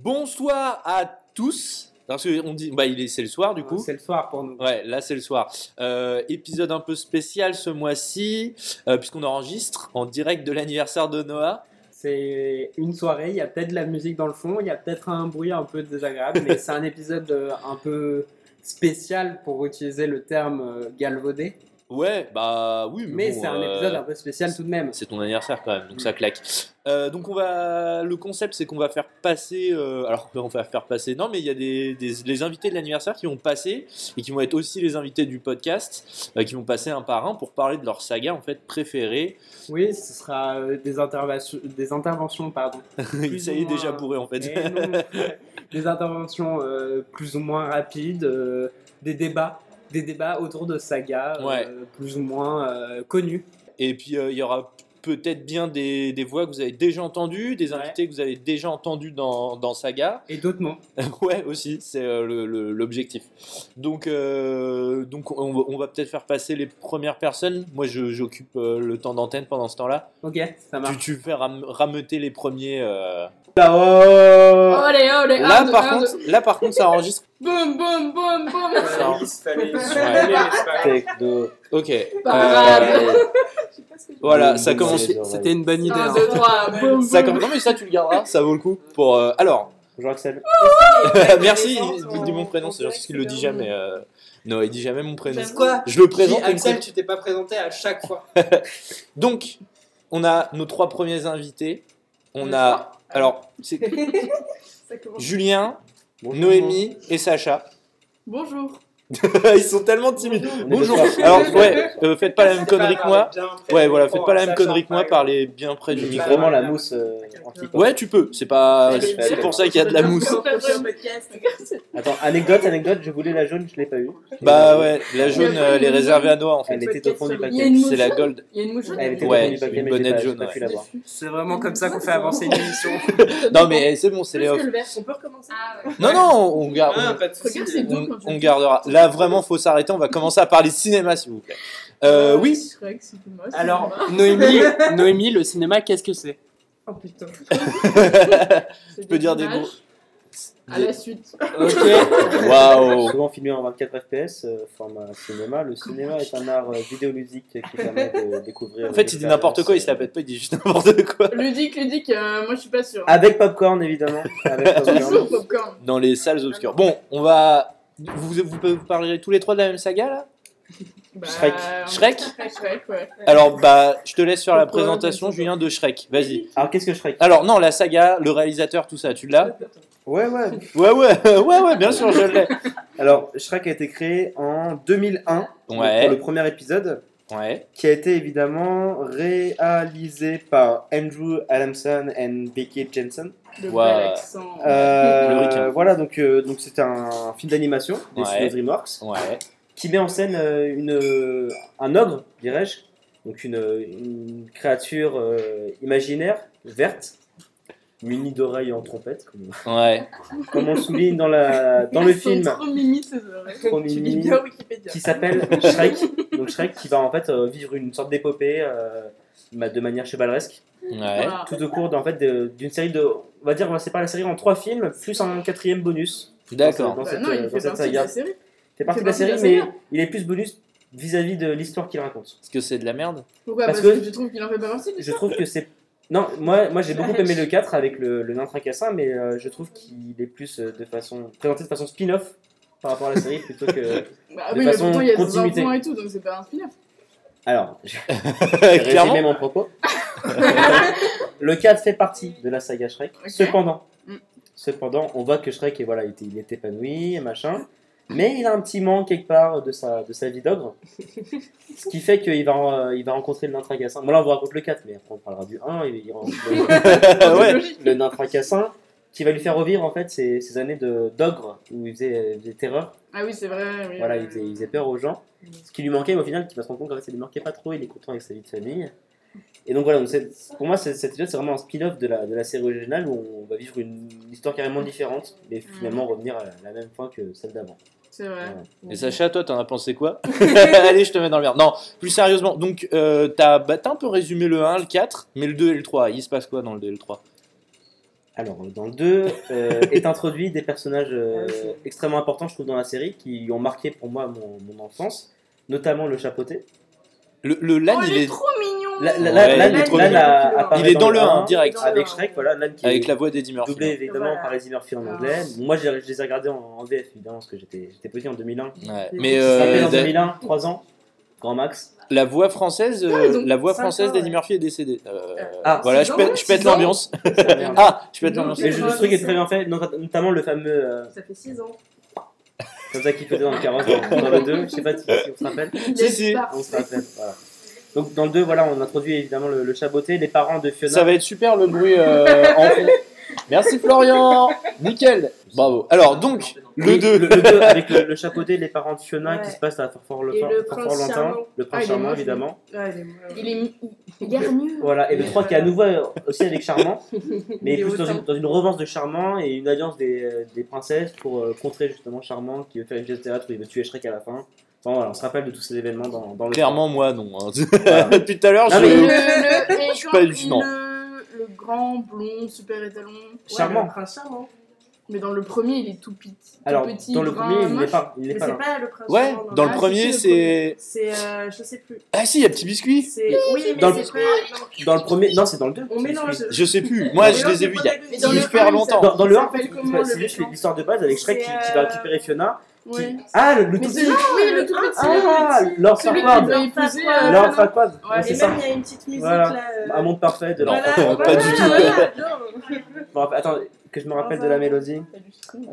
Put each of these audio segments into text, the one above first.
Bonsoir à tous. Parce que on dit, bah, il est, c'est le soir du coup. Euh, C'est le soir pour nous. Ouais, là c'est le soir. Euh, épisode un peu spécial ce mois-ci, euh, puisqu'on enregistre en direct de l'anniversaire de Noah. C'est une soirée, il y a peut-être de la musique dans le fond, il y a peut-être un bruit un peu désagréable, mais c'est un épisode euh, un peu spécial pour utiliser le terme euh, galvaudé. Ouais, bah oui, mais, Mais bon, c'est un euh, épisode un peu spécial tout de même. C'est ton anniversaire quand même, donc Mm. ça claque. Euh, donc on va, le concept c'est qu'on va faire passer, euh, alors on va faire passer, non mais il y a des, des- les invités de l'anniversaire qui vont passer et qui vont être aussi les invités du podcast, euh, qui vont passer un par un pour parler de leur saga en fait préférée. Oui, ce sera euh, des, interventions- des interventions pardon, il ça y est ou moins, déjà bourré en fait. Eh non. des interventions euh, plus ou moins rapides, euh, des débats, des débats autour de sagas euh, Ouais. plus ou moins euh, connues. Et puis euh, il y aura peut-être bien des, des voix que vous avez déjà entendues, des Ouais. invités que vous avez déjà entendus dans, dans Saga. Et d'autres non. Ouais, aussi, c'est euh, le- le- l'objectif. Donc, euh, donc on, va- on va peut-être faire passer les premières personnes. Moi, je- j'occupe euh, le temps d'antenne pendant ce temps-là. Ok, ça Tu, marche. Bah, oh, tu fais ram- rameuter les premiers. euh. Olé, olé, Là, un, deux, par un, contre, là, par contre, ça enregistre. deux. Boum, boum, boum, boum. Ça- Ok. Parade. euh, voilà, ça commence. C'était une bonne idée. Ah, hein. Un, deux, trois, boum, boum. Ça hein. commence- Non, mais ça, tu le garderas. Ça vaut le coup. Pour, euh, Alors, Bonjour Axel. merci. présence, Il, il dit mon on- prénom, on c'est gentil dirait que qu'il le c'est dit leur jamais. euh, Non, il dit jamais mon prénom. J'avoue. Quoi Je le présente. Dis, et il me Axel, tu t'es pas présenté à chaque fois. Donc, on a nos trois premiers invités. On a, alors, c'est Ça commence. Julien, Noémie et Sacha. Bonjour. Ils sont tellement timides. On est Bonjour. le soir. Alors, ouais, euh, faites pas la même C'est connerie grave, que moi. bien près Ouais, du voilà, micro, faites pas la hein, même ça connerie que change moi, pas, parlez bien près du J'ai micro. vraiment la mousse euh, anti-pain. Ouais, tu peux, c'est pas, c'est pour ça qu'il y a de la On mousse. peut faire un podcast. Attends, anecdote, anecdote, je voulais la jaune, je l'ai pas eu. Bah ouais, la jaune, euh, elle est réservée à Noah en fait. Elle était au fond du Il y a paquet. une C'est la mouchotte. gold. Il y a une mouchotte. Elle était Ouais, au fond du paquet, une mais j'ai bonnette pas, j'ai jaune, pas pu ouais. la voir. C'est vraiment comme ça qu'on fait avancer une émission. Non mais eh, c'est bon, c'est les Plus off. que le verre. On peut recommencer. Non, non, on garde. Ah, pas de soucis. Regarde, c'est on, bleu quand tu on le fais. gardera. Là, vraiment, faut s'arrêter. On va commencer à parler de cinéma, s'il vous plaît. Euh, oui. Shrek, Ah, c'est plus moche. Alors, Noémie, Noémie, le cinéma, qu'est-ce que c'est Oh putain. Je peux dire des mots. À la suite. Ok. Waouh. Souvent filmé en 24 fps, euh, format cinéma. Le cinéma est un art euh, vidéoludique qui permet de découvrir. euh, En fait, il dit n'importe quoi, il se la pète pas, il dit juste n'importe quoi. Ludique, ludique, euh, moi je suis pas sûre. Ah, Avec popcorn, évidemment. Avec Toujours popcorn. popcorn. Dans les salles obscures. Bon, on va. Vous, vous, vous parlerez tous les trois de la même saga là Bah, Shrek. on- Shrek Shrek, ouais. Alors, bah, je te laisse faire la Pourquoi présentation, Julien, de Shrek. Vas-y. Alors, qu'est-ce que je ferais Alors, non, la saga, le réalisateur, tout ça, tu l'as Ouais, ouais. Ouais, ouais, ouais, ouais, bien sûr, je l'ai. Alors, Shrek a été créé en 2001 pour le Ouais, premier épisode. ouais. qui a été évidemment réalisé par Andrew Adamson et Becky Jensen. Le Wow. bel accent. Le requin. Euh, voilà, donc euh, donc c'est un film d'animation des Ouais. studios DreamWorks Ouais, qui met en scène euh, une euh, un ogre, dirais-je, donc une, euh, une créature euh, imaginaire verte munie d'oreilles en trompette, comme, ouais. comme on le souligne dans la dans le Elles sont film, Trop mimi ses oreilles. Trop Tu lis mimi. bien Wikipédia. qui s'appelle Shrek. Donc Shrek qui va en fait euh, vivre une sorte d'épopée euh, ma- de manière chevaleresque. Ouais. Voilà. tout au cours d'en fait de- d'une série de on va dire on va séparer la série en trois films plus un quatrième bonus D'accord. dans Bah cette, non, euh, il dans fait cette partie de saga la série. c'est partie fait de la partie de série la mais saga. il est plus bonus vis-à-vis de l'histoire qu'il raconte Est-ce que c'est de la merde Pourquoi Parce Parce, que- que, je trouve qu'il en fait pas partie. je trouve que c'est non moi moi j'ai beaucoup aimé le 4 avec le, le nain tracassin mais euh, je trouve qu'il est plus euh, de façon présenté de façon spin-off par rapport à la série plutôt que Bah de oui, mais façon pourtant il y a des continuité. enfants et tout, donc c'est pas un spin-off. alors je vais résumer Clairement. mon propos le 4 fait partie de la saga Shrek Ok. cependant Mm. cependant on voit que Shrek et voilà il était, il est épanoui et machin mais il a un petit manque quelque part de sa, de sa vie d'ogre ce qui fait qu'il va, euh, il va rencontrer le nain tracassin bon là on vous raconte le 4 mais après on parlera du 1 et il rencontre le, ouais. le nain tracassin qui va lui faire revivre en fait ses, ses années de- d'ogre où il faisait, euh, il faisait terreur Ah oui, c'est vrai. oui, voilà oui, il faisait, il oui. faisait peur aux gens ce qui lui manquait mais au final qui va se rendre compte qu'en fait ça lui manquait pas trop il est content avec sa vie de famille et donc voilà donc c'est- pour moi c'est- cet épisode c'est vraiment un spin-off de la, de la série originale où on va vivre une histoire carrément différente mais finalement revenir à la, la même fin que celle d'avant C'est vrai. Voilà. Et Sacha, toi, t'en as pensé quoi Allez, je te mets dans le merde. Non, plus sérieusement, donc, euh, t'as bah, t'as un peu résumé le 1, le 4, mais le 2 et le 3, il se passe quoi dans le 2 et le 3 Alors, dans le 2, euh, est introduit des personnages euh, Ah oui, c'est- extrêmement importants, je trouve, dans la série, qui ont marqué pour moi mon, mon enfance, notamment le chapeauté. Le, le LAN, oh, il il est est trop mignon. Là, là, Ouais, là, là, il est là, trop là, mignon. là, apparaît Il est dans le un, 1 direct, Dans le Avec un. Shrek, voilà, l'âne qui avec est la voix d'Eddie Murphy. doublé évidemment Voilà. par Eddie Murphy en Ah. anglais. Moi, je, je les ai regardés en, en VF, évidemment, parce que j'étais j'étais petit en 2001. Ouais. Et Mais donc, euh, Ça s'appelle en d'a- 2001, 3 ans, grand max. la voix française, euh, Ah, ils ont la voix cinq française ans, d'Eddie ouais. Murphy est décédée. Euh, Ah. voilà, Six je ans, pète, ouais, je pète six ans. l'ambiance. Ça merde. Ah, je pète Donc, l'ambiance. Mais je- le truc est très bien fait, not- notamment le fameux euh, Ça fait 6 ans. comme ça qui faisait dans le carrosse dans, dans le 2, je sais pas si, si on se rappelle. Il Si, est si. parfait. On se rappelle, voilà. Donc dans le 2, voilà, on introduit évidemment le, le chaboté, les parents de Fiona. Ça va être super le bruit euh, en fond. Merci Florian, nickel, bravo. Alors donc le Oui, 2, le, le deux, avec le, le chapeauté, les parents de Fiona Ouais. qui se passent à fort fort, Et le fort, prince fort longtemps. charmant. Le Ah, prince il est charmant, moche, lui. évidemment. Ah, il est mignon. Il est mi- il est hargneux. Voilà, et le Mais 3 qui est à nouveau euh, aussi avec Charmant, mais Il est plus dans autant. une, dans une revanche de Charmant et une alliance des, euh, des princesses pour euh, contrer justement Charmant qui veut faire une pièce de théâtre où il veut tuer Shrek à la fin. Enfin voilà, on se rappelle de tous ces événements dans, dans le. clairement moi non. hein. Voilà. Depuis tout à l'heure Non, Et le, je... mais- le, et Je suis quand- pas et hallucinant. le, le grand blond super étalon. Ouais, Charmant. le prince charmant. Mais dans le premier, il est tout, petit tout Alors, petit. dans le brun, premier, il n'est moche. pas, il n'est Mais pas c'est là. pas le prince Ouais, charmant. dans le hein. Ah, si, premier si, le c'est... C'est. euh, je sais plus. Ah si, il y a petit biscuit C'est- Oui, mais Dans le- c'est pas. non, Dans le premier, non, c'est dans le 2. On mélange. Je sais plus, moi Mais je non, les c'est ai vus pas il y a la- mais dans le hyper premier, longtemps. ça- Dans, dans le ça 1, s'appelle c'est comment, le c'est juste méchant l'histoire de base avec Shrek qui, C'est, qui va euh, récupérer Fiona. qui- ouais. Ah, le, le Mais tout c'est- petit oui, le tout petit. Ah, le tout petit. Laure Celui qui Farquaad. veut épouser, Laure Là, euh, on Fanon. fera quoi Ouais, Ouais, C'est Et ça. même, il y a une petite musique Voilà. là. euh, Un monde parfait. De Non, l'enfant. voilà, pas du tout. Bon, attends, que je me rappelle de la mélodie.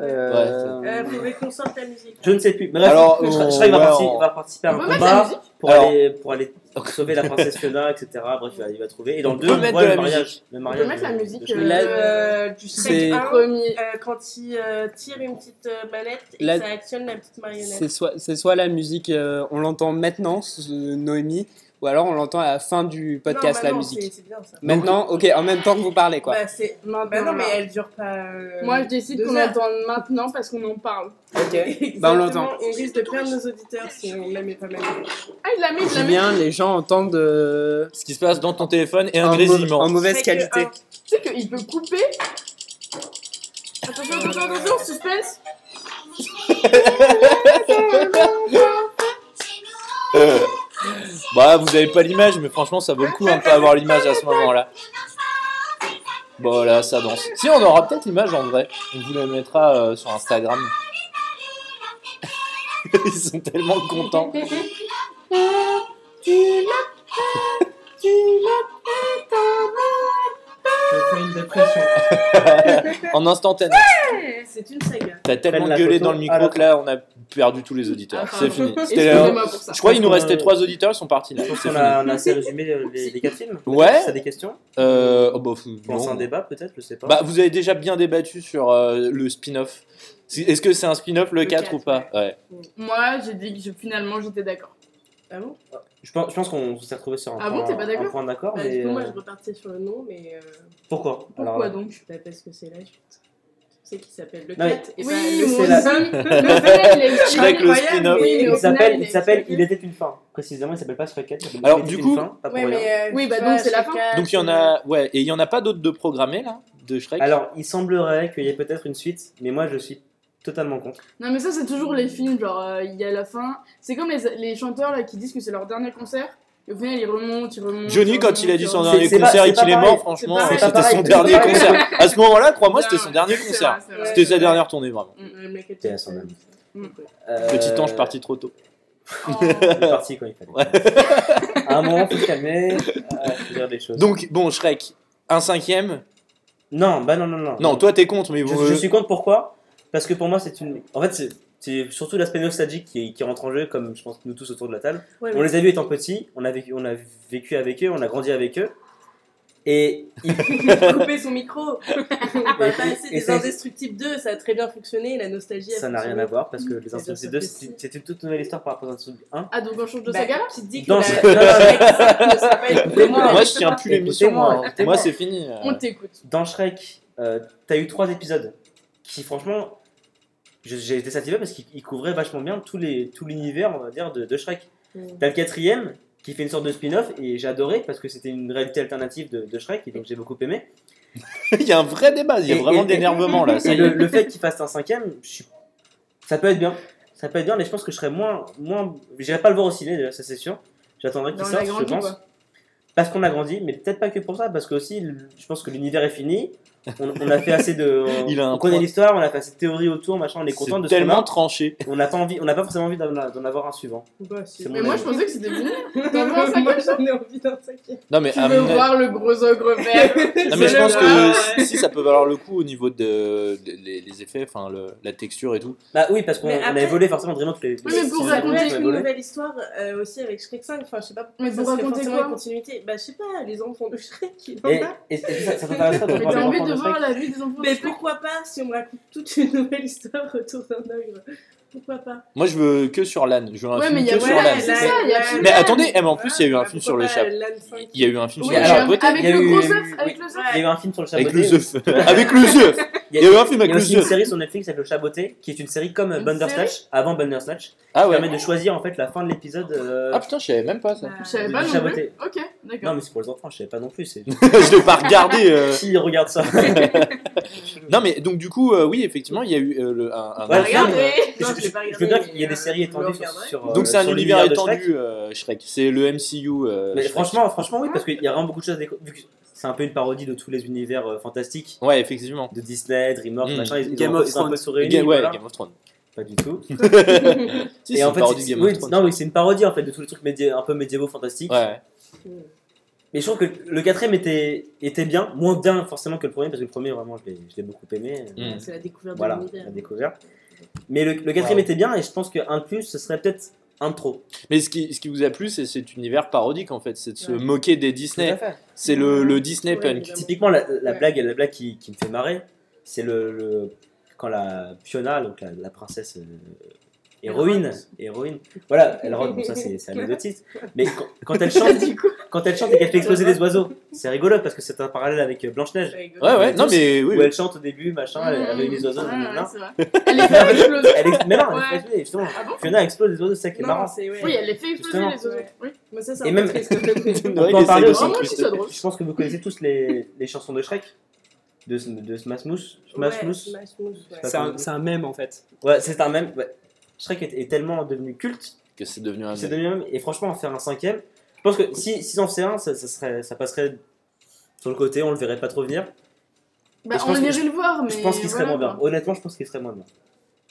Euh, Euh, faudrait qu'on sorte la musique. Je ne sais plus. Mais bref, Alors, Shrek- on- Shrek va, ouais, parti- on- va participer à un On peut mettre la combat musique pour, Alors- aller, pour aller sauver la princesse Fiona, etc. Bref, il va, il va trouver. Et dans le On 2, peut on mettre voit de le la mariage. Le On mariage peut mettre la de- musique de- Là, euh, du c'est- Shrek premier. Euh, quand il euh, tire une petite euh, manette et La- ça actionne la petite marionnette. C'est soit, c'est soit la musique, euh, on l'entend maintenant, ce- Noémie, ou alors on l'entend à la fin du podcast, Non, bah la non, c'est- musique. C'est bien ça. Maintenant, ok, en même temps que vous parlez, quoi. Bah, c'est- non, bah non, mais elle dure pas. euh, Moi, je décide deux qu'on heures. l'entende maintenant parce qu'on en parle. Ok. Bah, on l'entend. On risque de perdre nos auditeurs si on la met pas mal. Ah, il la met, il la met. Julien, les gens entendent euh, Ce qui se passe dans ton téléphone est un en, mau- grésillement. en mauvaise Fais que qualité. un. Tu sais qu'il peut couper. Attention, attention, attention, suspense. Euh, Bah, vous avez pas l'image, mais franchement, ça vaut le coup hein, de pas avoir l'image à ce moment-là. Bon, là, ça danse. Si, on aura peut-être l'image en vrai. On vous la mettra euh, sur Instagram. Ils sont tellement contents. Je fais une dépression. En instantané. Ouais, C'est une saga. T'as tellement Prenne la gueulé photo dans le à micro la que là, on a perdu tous les auditeurs. Ah, C'est pardon. fini. C'était, euh, Excusez-moi pour ça. je crois qu'il nous Parce restait qu'on- trois auditeurs, ils sont partis là. Je pense C'est qu'on fini. a, on a assez résumé euh, les, les quatre films. Ouais. Si t'as des questions, Euh, oh, bah, faut- on lance non. un débat peut-être, je sais pas. Bah, vous avez déjà bien débattu sur euh, le spin-off. C'est- Est-ce que c'est un spin-off le, Le 4, quatre, ou pas Ouais. Moi, j'ai dit que je- finalement, j'étais d'accord. Ah bon je pense, je pense qu'on s'est retrouvé sur un Ah point bon, t'es pas d'accord un point d'accord, Bah, mais Du coup, moi, euh, je repartais sur le nom, mais. euh, pourquoi Pourquoi Alors, donc bah, parce que c'est la suite. C'est qui s'appelle le Non, mais- 4 Oui, et pas moi le c'est aussi. la- Le fait, il est Shrek, le incroyable, spin-off. mais au Il final, s'appelle, est il s'appelle, il extraordinaire. était une fin. Précisément, il s'appelle pas Shrek 4. Alors, il était du une coup- fin, pas pour Ouais, rien. mais, euh, Oui, bah, tu donc, vois, euh, c'est la fin. Shrek, Donc il y en a, ouais, et il y en a pas d'autres de programmés là, de euh, Shrek. Alors, il semblerait qu'il y ait peut-être une suite, mais moi, je suis totalement contre. Non, mais ça, c'est toujours les films. Genre, euh, il y a la fin. C'est comme les, les chanteurs là qui disent que c'est leur dernier concert. Et au final, ils remontent, ils remontent. Johnny, ils quand remontent, il a dit ils son remontent. dernier C'est- c'est pas- concert et c'est pas qu'il est pareil. mort, franchement, C'est pas c'était pareil. son C'est dernier pas concert. À ce moment-là, crois-moi, c'était Non, son dernier c'est concert. vrai, c'est vrai. C'était sa dernière tournée, vraiment. euh, le mec est- C'est à son âme. Mm. Euh, Petit ange parti trop tôt. Oh. Il est parti quand il fallait. Ouais. À un moment, faut se calmer, euh, faut dire des choses. Donc, bon, Shrek, un cinquième. non, bah non, non, non. Non, toi, euh, t'es contre, mais je, vous. je suis contre pourquoi Parce que pour moi, c'est une. En fait, c'est. C'est surtout l'aspect nostalgique qui, qui rentre en jeu, comme je pense que nous tous autour de la table. Ouais, On mais- les a vus étant petits, on a vécu, on a vécu avec eux, on a grandi avec eux. Et ils- couper son micro. On va pas essayer et des Ah, bah, c'est- Indestructibles 2, ça a très bien fonctionné, la nostalgie. a ça n'a rien fonctionné. à voir parce que les Les Instructibles 2, Instructibles. c'est une toute nouvelle histoire par rapport aux Instructibles 1. Ah, donc on change de Bah, saga là qui te dit que Non, la- c'est- la- la- ne sera pas écoutée, moi, Moi, je tiens plus l'émission. Écoutez-moi, moi. Pour moi, c'est fini. euh. On t'écoute. dans Shrek, euh, t'as eu trois épisodes qui, franchement, je- j'ai été satisfait parce qu'ils ils couvraient vachement bien tous les, tout l'univers, on va dire, de, de Shrek. Mm. T'as le quatrième qui fait une sorte de spin-off et j'ai adoré parce que c'était une réalité alternative de, de Shrek et donc j'ai beaucoup aimé. Il y a un vrai débat, il y a Et- vraiment et- d'énervement là. Ça Et y est. le, le fait qu'il fasse un cinquième, je suis- ça peut être bien. Ça peut être bien, mais je pense que je serais moins. moins... J'irai pas le voir au ciné, déjà, ça c'est sûr. J'attendrai qu'il Dans sorte, la je grande pense. quoi. Parce qu'on a grandi, mais peut-être pas que pour ça, parce que aussi, le- je pense que l'univers est fini. On, on a fait assez de. Il a un on connaît point. l'histoire, on a fait assez de théories autour, machin, on est content de C'est ce qu'on tellement a. tranché. On n'a pas envie, on n'a pas forcément envie d'en d'en avoir un suivant. Bah, si. C'est Mais mon moi avis. je pensais que c'était bon. T'en veux un cinquième J'en ai envie d'un cinquième. Non mais, Tu Ah, à veux mon avis- voir le gros ogre vert. Non, mais je pense Ah, que si ça peut valoir le coup au niveau de, de- les, les effets, enfin le- la texture et tout. Bah oui, parce qu'on Mais on après- avait volé forcément vraiment tous les. Oui, mais les- pour les- raconter les- raconter les- une volés. nouvelle histoire euh, aussi avec Shrek 5, enfin je sais pas pourquoi Mais ça vous se fait racontez forcément quoi une continuité. Bah je sais pas, les enfants de Shrek, ils en Et, ont. et, et ça, ça t'intéresserait de Mais voir t'as les envie enfants de de voir Shrek la vie des enfants. Mais de Shrek. pourquoi pas si on me raconte toute une nouvelle histoire autour d'un ogre Pourquoi pas Moi je veux que sur l'âne. Je veux un Ouais, film mais il y que a sur ouais, l'âne. c'est ça, il y a absolument Mais l'âne. attendez, eh, mais en plus il y a eu un Bah, film pourquoi sur le pas chat. l'âne 5. Il y a eu un film Oui, sur le alors, chapeauté. avec il y a le eu- gros œuf, avec oui. le œuf. Ouais. Il y avait un film sur le Avec chaboté. le œuf. Avec le œuf. Il y a eu un film Il y avec a aussi le une œuf. série sur Netflix avec le Chaboté, qui est une série comme Une Bandersnatch, avant Bandersnatch, Ah qui ouais. permet de choisir en fait la fin de l'épisode. euh, Ah putain, je savais même pas ça. Je savais du pas non plus. chaboté. Ok, Non d'accord. mais c'est pour les enfants, je savais pas non plus. C'est... je l'ai pas regardé. euh. Qui regarde ça Non mais donc du coup, euh, oui effectivement, il y a eu euh, le- un. un Ouais, autre film. regarde. Regardez Je- Non, je- je l'ai pas Je veux bien regardé, qu'il y ait mais, des séries euh, je le étendues sur, regarderai. sur, euh, Donc c'est un sur univers de Shrek. étendu, euh, Shrek. C'est le MCU. euh, Mais Shrek. franchement, franchement oui, parce qu'il y a vraiment beaucoup de choses. à déco- Vu que c'est un peu une parodie de tous les univers euh, fantastiques Ouais, effectivement. de Disney, DreamWorks, Mm. machin, ils, ils Game ont, of ils ont un peu Thrones. tout Ga- réuni. ouais, voilà. Game of Thrones. Pas du tout. Si, c'est une parodie de c'est- Game oui, of Thrones. non, oui, c'est une parodie en fait de tous les trucs médi- un peu médiévaux fantastiques. Ouais. Mais je trouve que le quatrième était, était bien, moins bien forcément que le premier, parce que le premier, vraiment, je l'ai je l'ai beaucoup aimé. Euh, Mm. C'est la découverte de Voilà, l'univers. la découverte. Mais le, le quatrième Wow. était bien, et je pense qu'un de plus, ce serait peut-être un de trop. Mais ce qui, ce qui vous a plu, c'est cet univers parodique en fait, c'est de se Ouais. moquer des Tout à Disney. fait. C'est le, le Disney Ouais, punk. évidemment. Typiquement, la, la Ouais. blague, la blague qui, qui me fait marrer, c'est le, le- quand la Fiona, donc la, la princesse euh, héroïne, héroïne, voilà, elle rôde, bon, ça c'est c'est anecdotique, mais quand, quand elle chante, Du coup, quand elle chante et qu'elle fait exploser des oiseaux, c'est rigolo parce que c'est un parallèle avec euh, Blanche-Neige, Ouais, ouais, non tous, mais oui. où oui. elle chante au début, machin, elle, elle réunit les oiseaux, Ouais, blablabla. ouais, Ah, c'est vrai. Elle les fait exploser. Elle ex- Mais non, Ouais. elle explose, justement. Ah bon Fiona explose les oiseaux, c'est ça qui est Non, marrant. c'est ouais. Oui, elle les fait exploser Justement. les oiseaux. Ouais. Oui. Mais ça, c'est Et un même- peu triste, quand même. Noël peut en essaie parler de aussi. s'incruster. Moi, je trouve ça drôle. Je pense que vous connaissez tous les, les chansons de Shrek, de, de Smasmouth. Smasmouth. Ouais, Smash Mouth, ouais. Ça- C'est un, c'est un mème en fait. Ouais, c'est un même. ouais. Shrek est, est tellement devenu culte, Que c'est devenu un. c'est devenu un mème. Et franchement, en faire un cinquième, je pense que si, si en faisait un, ça, ça serait, ça passerait sur le côté, on le verrait pas trop venir. Bah, Et je on pense que- irait le voir, mais. je pense qu'il serait voilà, moins bien. quoi. Honnêtement, je pense qu'il serait moins bien.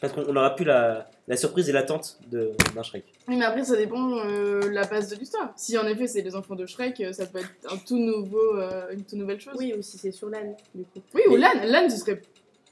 Parce qu'on on aura plus la, la surprise et l'attente de- d'un Shrek. Oui, mais après, ça dépend euh, la base de l'histoire. Si en effet, c'est les enfants de Shrek, euh, ça peut être un tout nouveau, euh, une toute nouvelle chose. Oui, ou si c'est sur l'âne, du coup. Oui, ou l'âne. L'âne, ce serait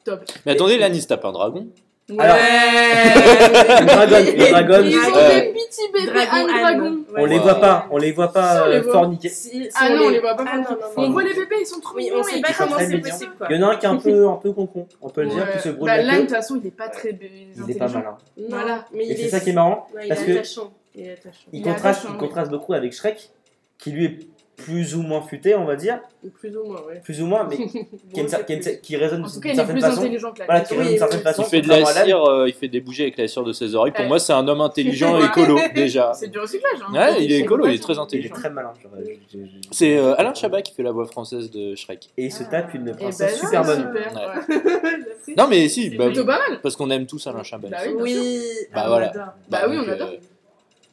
top. Mais attendez, Lannis tape un dragon. Bah, Ouais. Alors- Le dragon, le dragon, Ils ont euh, des petits bébés un dragon. on les voit pas, on les voit Si, pas on les euh, voit. forniquer. Si- si Ah non, on les voit pas. Ah non, non, On non. voit les bébés, ils sont trop Oui, mignons. on sait et pas ils comment sont très c'est mignons. possible, quoi. Il y en a un qui est un peu, un peu concon, on peut le dire, qui Ouais. se brûle Bah, la l'âne, de queue. toute façon, il est pas très bé- Il est pas intelligent. malin. Non. Voilà. Mais Et il c'est ça qui est marrant, Ouais, il parce est que attachant. Il est attachant. il Il hein. est contraste, attachant, il oui. contraste beaucoup avec Shrek, qui lui est plus ou moins futé, on va dire, Ou Plus ou moins, ouais. plus ou moins, mais qui, a une cer- qui a une cer- qui résonne En tout d'une cas, il est certaine plus façon. intelligent que l'âne. Voilà, qui résonne d'une Oui, certaine oui. façon. Il fait de la contrairement à l'âne. cire, euh, il fait des bougies avec la cire de ses oreilles. Pour Ouais. moi, c'est un homme intelligent et écolo déjà. C'est du recyclage. hein. Ouais, il est C'est écolo, pas il est ça. très Il est intelligent. très malin. genre, je- je- je- C'est euh, Alain Chabat qui fait la voix française de Shrek. Et il se tape une Eh ben, princesse non, Ah, super bonne. super, Ouais. ouais. J'apprécie. Non mais si, C'est bah, plutôt pas mal. parce qu'on aime tous Alain Chabat. Bah Oui. Bah Ah, on voilà. adore. Bah oui, on donc, adore. euh,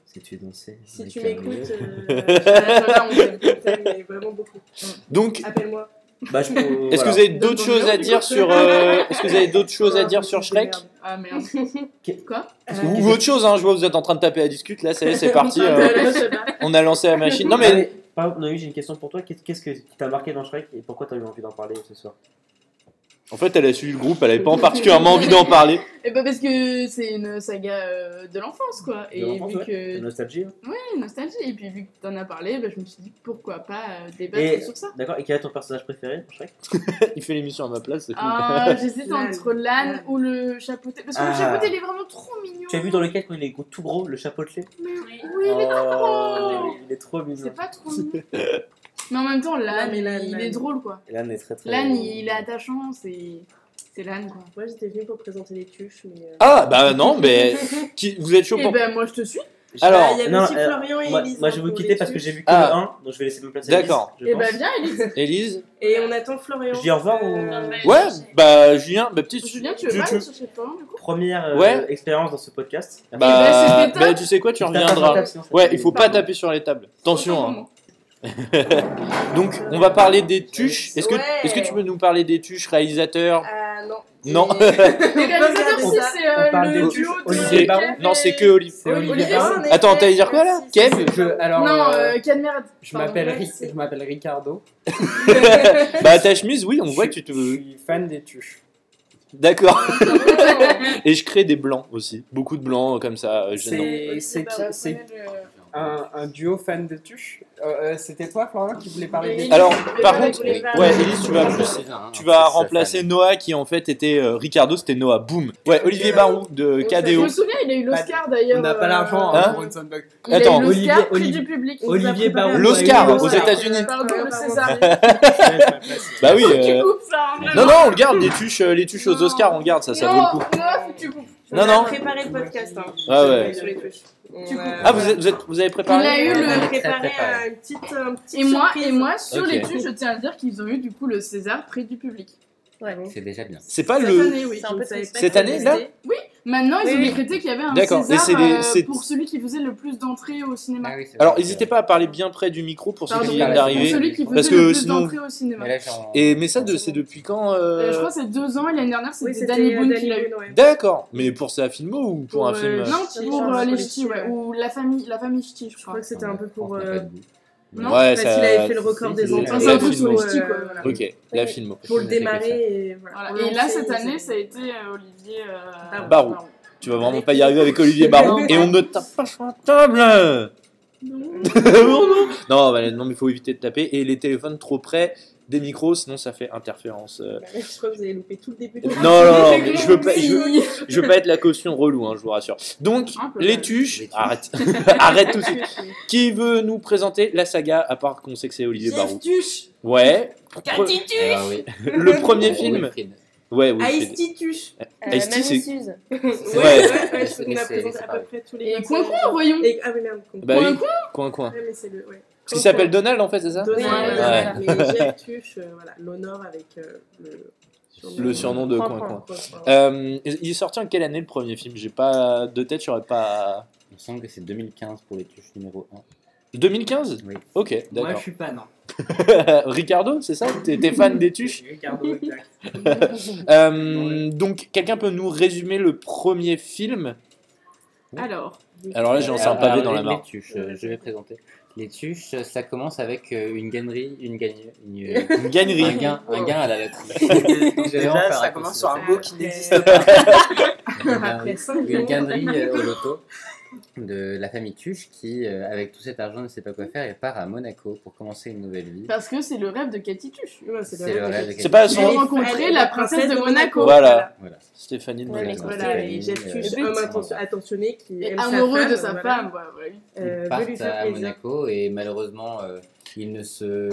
Si tu es dansé. Si avec tu un m'écoutes, milieu. euh, Là, on est- je t'aime, mais vraiment beaucoup. Donc Appelle-moi. Bah, je- Est-ce voilà. que vous avez Dans d'autres ton choses mur, à du dire coup. sur euh, Est-ce que vous avez d'autres choses à dire sur Shrek Ah merde. Quoi ou autre chose hein, Je vois que vous êtes en train de taper à discute. Là, ça y est, c'est parti. Ah, euh, là, je sais pas. on a lancé la machine. Non Ah, mais mais, Par exemple, Noémie, j'ai une question pour toi. Qu'est- Qu'est-ce que- qui t'a marqué dans Shrek et pourquoi t'as eu envie d'en parler ce soir en fait, elle a suivi le groupe. Elle avait pas en particulièrement envie d'en parler. Eh ben, parce que c'est une saga euh, de l'enfance, quoi. Et l'enfance, vu ouais. La que. nostalgie. hein. Ouais, nostalgie. Et puis, vu que t'en as parlé, bah, je me suis dit pourquoi pas euh, débattre Et- sur ça. D'accord. Et quel est ton personnage préféré dans Shrek Il fait l'émission à ma place. c'est cool. Ah, j'hésite L'âne. entre l'âne L'âne. ou le chapeauté. Parce que le Ah. chapeauté, il est vraiment trop mignon. Tu as vu dans lequel quand il est gros- tout gros, le chapeau de clé Mais Oui. Oui, il est Oh, gros. Il est trop mignon. C'est pas trop mignon. Mais en même temps, l'âne, Non, mais l'âne, il est l'âne. drôle, quoi. Oh. L'âne est très très. L'âne, il est attachant. C'est c'est l'âne, quoi. Moi, j'étais venue pour présenter les tuches, mais. euh, Ah bah non, mais qui- vous êtes chaud Et pour Eh ben, moi, je te suis. Ah, Alors, il y avait non, aussi euh, Florian et Moi, Elise, moi, hein, je vais vous pour quitter les parce que trucs. j'ai vu que Ah. le 1, donc je vais laisser ma place à D'accord. Eh Elise, Et je bah ben, pense. viens, Elise. Élise Et on attend Florian. Je dis au revoir ou- Euh, Ouais, bah Julien, bah petit. Eh ben, Julien, tu veux pas aller chercher Florian du coup Première euh, Ouais. expérience dans ce podcast. Après, Bah, Eh ben, c'était bah, top. tu sais quoi, tu je tape pas sur la reviendras. table, sinon ça Ouais, fait- il faut pas taper sur les tables. Attention. hein. Donc, on va parler des tuches. Est-ce que, Ouais. est-ce que tu peux nous parler des tuches réalisateurs Ah non. Non. Les réalisateurs, On si parle- c'est euh, on parle le des duo tuches. de Olivier Kev Baron. et- Non, c'est que euh, Olivier. C'est Olivier Olivier Baron. Baron. Attends, t'allais dire quoi là Merci, Kev c'est- Je, alors, Non, euh, euh, Cadmer. je pardon. m'appelle Ri- merci. je m'appelle Ricardo. Bah ta chemise, oui, on voit que tu Je te. suis fan des tuches. D'accord. Et je crée des blancs aussi, beaucoup de blancs euh, comme ça. euh, gênants. C'est c'est qui- c'est Ah. un, un duo fan de tuches. Euh, euh, C'était toi, Florian, qui voulait parler des Oui. tuches Alors, Mais par voilà, contre, je voulais pas- ouais, Élise, tu vas plus- hein. Tu vas remplacer Noah qui en fait était euh, Ricardo, c'était Noah. Boum. Ouais, Olivier Barou de Je KDO. me souviens, il a eu l''Oscar d'ailleurs. On n'a pas euh, l'argent Hein hein, pour une soundbox. Il Attends, a eu l'Oscar, Olivier- prix Olivier- du public. Olivier Barou. L'Oscar, aux États-Unis. Pardon, le César. Bah oui. Tu euh, coupes ça, hein, Non vraiment. non, on le garde. Les tuches, euh, les tuches aux Non. Oscars, on le garde. Ça, ça vaut le coup. Non, non, faut que tu coupes. Non, non. préparé le podcast. Hein. Ah ouais. Sur les touches. On Tu coupes. a- Ah, vous, êtes- vous êtes- vous avez préparé Il a eu on a le- préparé Préparé. euh, une petite, un petit Et moi, et moi, sur Ok. les tuches, je tiens à dire qu'ils ont eu du coup le César prix du public. C'est déjà bien. C'est pas Cette Ah, le. année, oui. C'est un peu Je savais triste. pas Cette que ça année, existait. Maintenant, ils Oui, ont oui. décrété qu'il y avait un D'accord. Et César c'est des- euh, c'est- pour celui qui faisait le plus d'entrées au cinéma. Ah oui, c'est Alors, vrai. n'hésitez pas à parler bien près du micro pour ceux Pardon, qui c'est viennent pas pour arrivé. d'arriver. celui qui faisait Parce que le plus sinon- d'entrées au cinéma. Mais là, j'en- Et mais ça, de- c'est depuis quand euh, Euh, je crois que c'est deux ans et l'année dernière c'était Oui, c'était Danny Boone Danny qui l'a eu. Boone, ouais. D'accord. Mais pour sa filmo ou pour un euh, film euh, Non, Ch'ti, pour genre, euh, les pour les ch'tis, ouais, ch'tis, ou la famille, la famille ch'ti, je Je crois crois. que c'était un peu pour. On n'a euh, pas de goût. Non, Ouais, parce qu'il ça. avait fait le record des Ouais, entrées. c'est un pour, truc sur les euh, ch'tis, quoi, voilà. Ok, la filmo. Pour le Je sais que ça. démarrer. Et, voilà. Voilà. On Et l'a là fait, cette et année, ça a été euh, Olivier euh, Barou. Barou. Tu vas vraiment pas y arriver avec Olivier Baron et on ne tape pas sur la table. Non. non, non. Non, bah, non, mais il faut éviter de taper. Et les téléphones trop près des micros, sinon ça fait interférence. euh. Je crois que vous avez loupé tout le début. Non, non, non, mais je veux pas, Bah, je veux, je veux pas être la caution relou, hein, je vous rassure. Donc, Un peu, les ouais. tuches, Les tuches. arrête, arrête tout de suite. Qui veut nous présenter la saga, à part qu'on sait que c'est Olivier Barou Tuche. Ouais. Pre- Ah oui. Le premier Oh, film. Wilfried. Ouais, oui. Ice Tuche. euh, Ice-T, c'est- Ouais, vrai. ouais, ouais, je Mais vous a c'est- présenté c'est à pas peu vrai. près tous les. Et personnages. coin coin, voyons. Et- Ah oui, merde. con. Bah Coin, oui, coin coin. Ouais, mais c'est le. Ouais. Parce qu'il s'appelle Donald en fait, c'est ça Donald, Ouais, voilà. Mais Jeff Tuche, euh, voilà, l'honore avec euh, le surnom. Le surnom de Coin, coin, coin. coin. Euh, il est sorti en quelle année le premier film J'ai pas de tête, j'aurais pas. Il me semble que c'est 2015 pour les touches numéro 1. 2015 Oui. Ok, Moi, je d'accord. suis fan. hein. Ricardo, c'est ça T'es t'es fan des tuches Ricardo, exact. Euh, Donc, quelqu'un peut nous résumer le premier film Alors, Alors là, j'ai lancé Euh, un pavé Alors, dans les- la Les mare. tuches, euh, je vais présenter. Les tuches, ça commence avec euh, une gainerie, une gagne, une, euh, Une gagnerie. un gain, un gain à la loterie. J'allais en Déjà, faire ça raccourci, commence sur ça. un mot qui n'existe pas. Une Après gainerie- 5 ans. une gainerie euh, au loto de la famille Tuche qui, euh, avec tout cet argent, ne sait pas quoi faire et part à Monaco pour commencer une nouvelle vie. Ah, parce que c'est le rêve de Cathy Tuche. Ouais, C'est le rêve de Jeff quelqu'un. C'est pas J'ai son. Tuche. rencontré la princesse de Monaco. Voilà. Voilà. Stéphanie de Ouais, Monaco. Voilà, et Jeff Stéphanie, Tuche, euh, homme attention- attentionné qui Et aime sa femme. amoureux de sa voilà, femme, ouais, ouais. euh, Ils veut lui partent faire à plaisir. Monaco et malheureusement, euh, ils ne se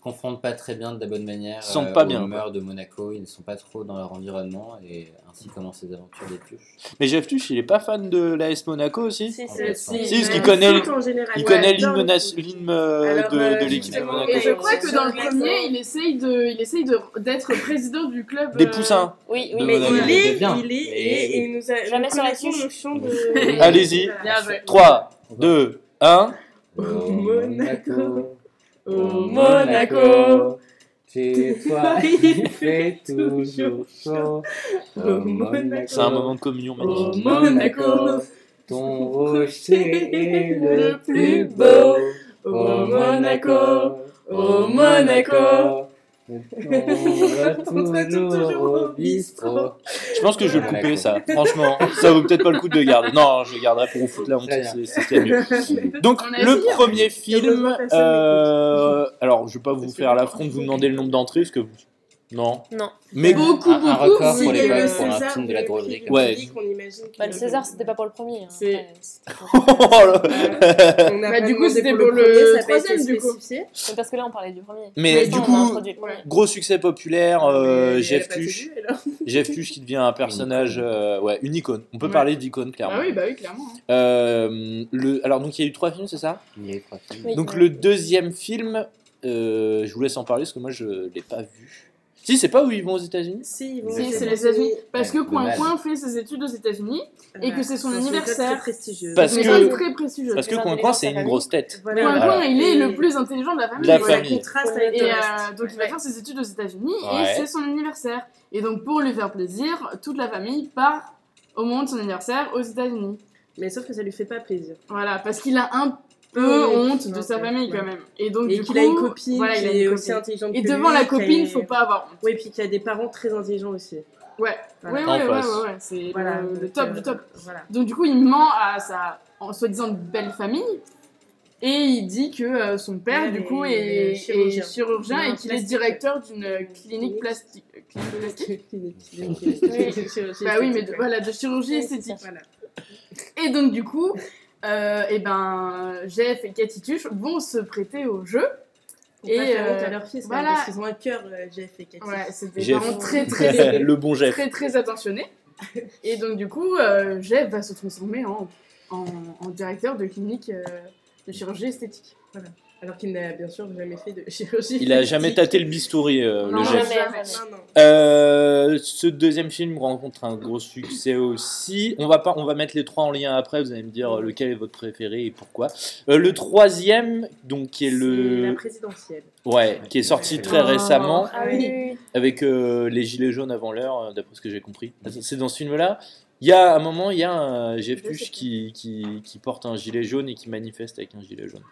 confrontent pas très bien de la bonne manière. Ils sont euh, pas aux bien, quoi. mœurs de Monaco, ils ne sont pas trop dans leur environnement et ainsi commencent les aventures des tuches. Mais Jeff Tuch, il est pas fan de l'AS Monaco aussi En fait, Si, Si, parce mais qu'il connaît- tout en général. Il Ouais, connaît j'adore l'hymne le nas- foot. l'hymne euh, Alors, de euh, de l'équipe de justement, Monaco. Et je Ouais, crois on que se dans le sent premier, raison. il essaye de, il essaye de, d'être président du club. Des euh, poussins. Oui, De oui, Monaco. mais Il Il est, est bien. il est, il Mais- est, et il nous a. Jamais nous sur la connaissons touche. le chant de. Allez-y. Voilà. Bien joué. 3, 2, 1. Au Au Monaco. au Monaco. chez toi, il fait toujours chaud. Au Au Monaco. C'est un moment de communion Au magnifique. Monaco, ton rocher est le plus beau. Au Monaco, au Monaco, on retourne retourne toujours toujours au au bistrot. bistrot. Je pense que je vais le Monaco. couper ça. Franchement, ça vaut peut-être pas le coup de le garder. Non, je le garderai pour vous foutre la honte. Très bien. C'est c'est ce qu'il y a de mieux. Donc On a le essayé. premier Il y a besoin film, de personne, euh, alors je vais pas vous Parce faire que- l'affront de vous demander le nombre d'entrées parce que vous Non. Non. Mais Beaucoup, un, un beaucoup. record Si, pour il y a eu l'époque le pour un César film de la pour les drôlerie. prix comme ça. Ouais. publics, on imagine que Bah, le le César, premier- c'était pas pour le premier. hein. C'est- Après, c'était pour- Oh On n'a Bah, pas du coup, demandé c'était pour pour le premier, ça a pas été troisième, du coup. spécifié. Mais parce que là, on parlait du premier. Mais du Pour l'instant, on a coup- introduit le premier. Gros succès populaire, euh, Mais elle Jeff a pas été Tuch. vue, alors. Jeff Tuch qui devient un personnage, euh, ouais, une icône. On peut Ouais. parler d'icône, clairement. Ah oui, bah oui, clairement. hein. Euh, le, alors, donc, il y a eu trois films, c'est ça Il y a eu trois films. Oui. Donc, le deuxième film, euh, je vous laisse en parler parce que moi, je l'ai pas vu. Si, c'est pas où ils vont aux États-Unis Si, ils vont Si, aux c'est les États-Unis. Parce que Ouais, Coin dommage. Coin fait ses études aux États-Unis. Voilà. et que c'est son Dans une école anniversaire. très prestigieuse. Parce mais que- ça, c'est très prestigieux. Parce que Les Coin Coin, intelligences, c'est la une famille. grosse tête. Voilà. Coin Voilà. Coin, il est Et- le plus intelligent de la famille. La Voilà, famille. contraste avec Et le euh, reste. donc il va Ouais. faire ses études aux États-Unis Ouais. et c'est son anniversaire. Et donc pour lui faire plaisir, toute la famille part au moment de son anniversaire aux États-Unis. Mais sauf que ça lui fait pas plaisir. Voilà, parce qu'il a un peu Oui, honte oui, de oui, sa oui, famille oui. quand même. Et donc Et du qu'il coup, a une copine voilà, qui il a une est copine. aussi intelligente Et que devant lui, la qui a- copine, faut pas avoir honte. Oui, puis qu'il y a des parents très intelligents aussi. Ouais, Voilà. ouais, En ouais, ouais, face. ouais, ouais, c'est Voilà, le, le donc, top euh, du top. Voilà. Donc du coup, il ment à sa en soi-disant belle famille et il dit que euh, son père Elle du coup est est est chirurgien. chirurgien, Non, et qu'il est plastique. directeur d'une clinique Clinique. plastique. euh, clinique plastique Oui. bah oui, mais de- voilà, de chirurgie Oui, esthétique. Voilà. Et donc du coup, euh, et ben, Jeff et Cathy Tuche vont se prêter au jeu. Et Et, faire honte euh, à leur fils, hein, voilà. parce qu'ils ont un cœur, euh, Jeff et Cathy. Ouais, c'est des Jeff. parents très très le bon Jeff. très très attentionnés. Et donc du coup, euh, Jeff va se transformer en, en, en directeur de clinique euh, de chirurgie esthétique. Alors qu'il n'a bien sûr jamais fait de chirurgie. Il a jamais tâté le bistouri, euh, Non, le Jeff. jamais, jamais. jamais. Non, non. Euh, ce deuxième film rencontre un gros succès aussi. On va pas, on va mettre les trois en lien après. Vous allez me dire euh, lequel est votre préféré et pourquoi. Euh, le troisième, donc qui est C'est La le, présidentielle. ouais, qui est sorti très Ah. récemment Ah oui, oui, avec euh, les gilets jaunes avant l'heure, euh, d'après ce que j'ai compris. C'est dans ce film-là. Il y a un moment, il y a un Jeff Je sais Tuch pas. qui, qui, qui porte un gilet jaune et qui manifeste avec un gilet jaune.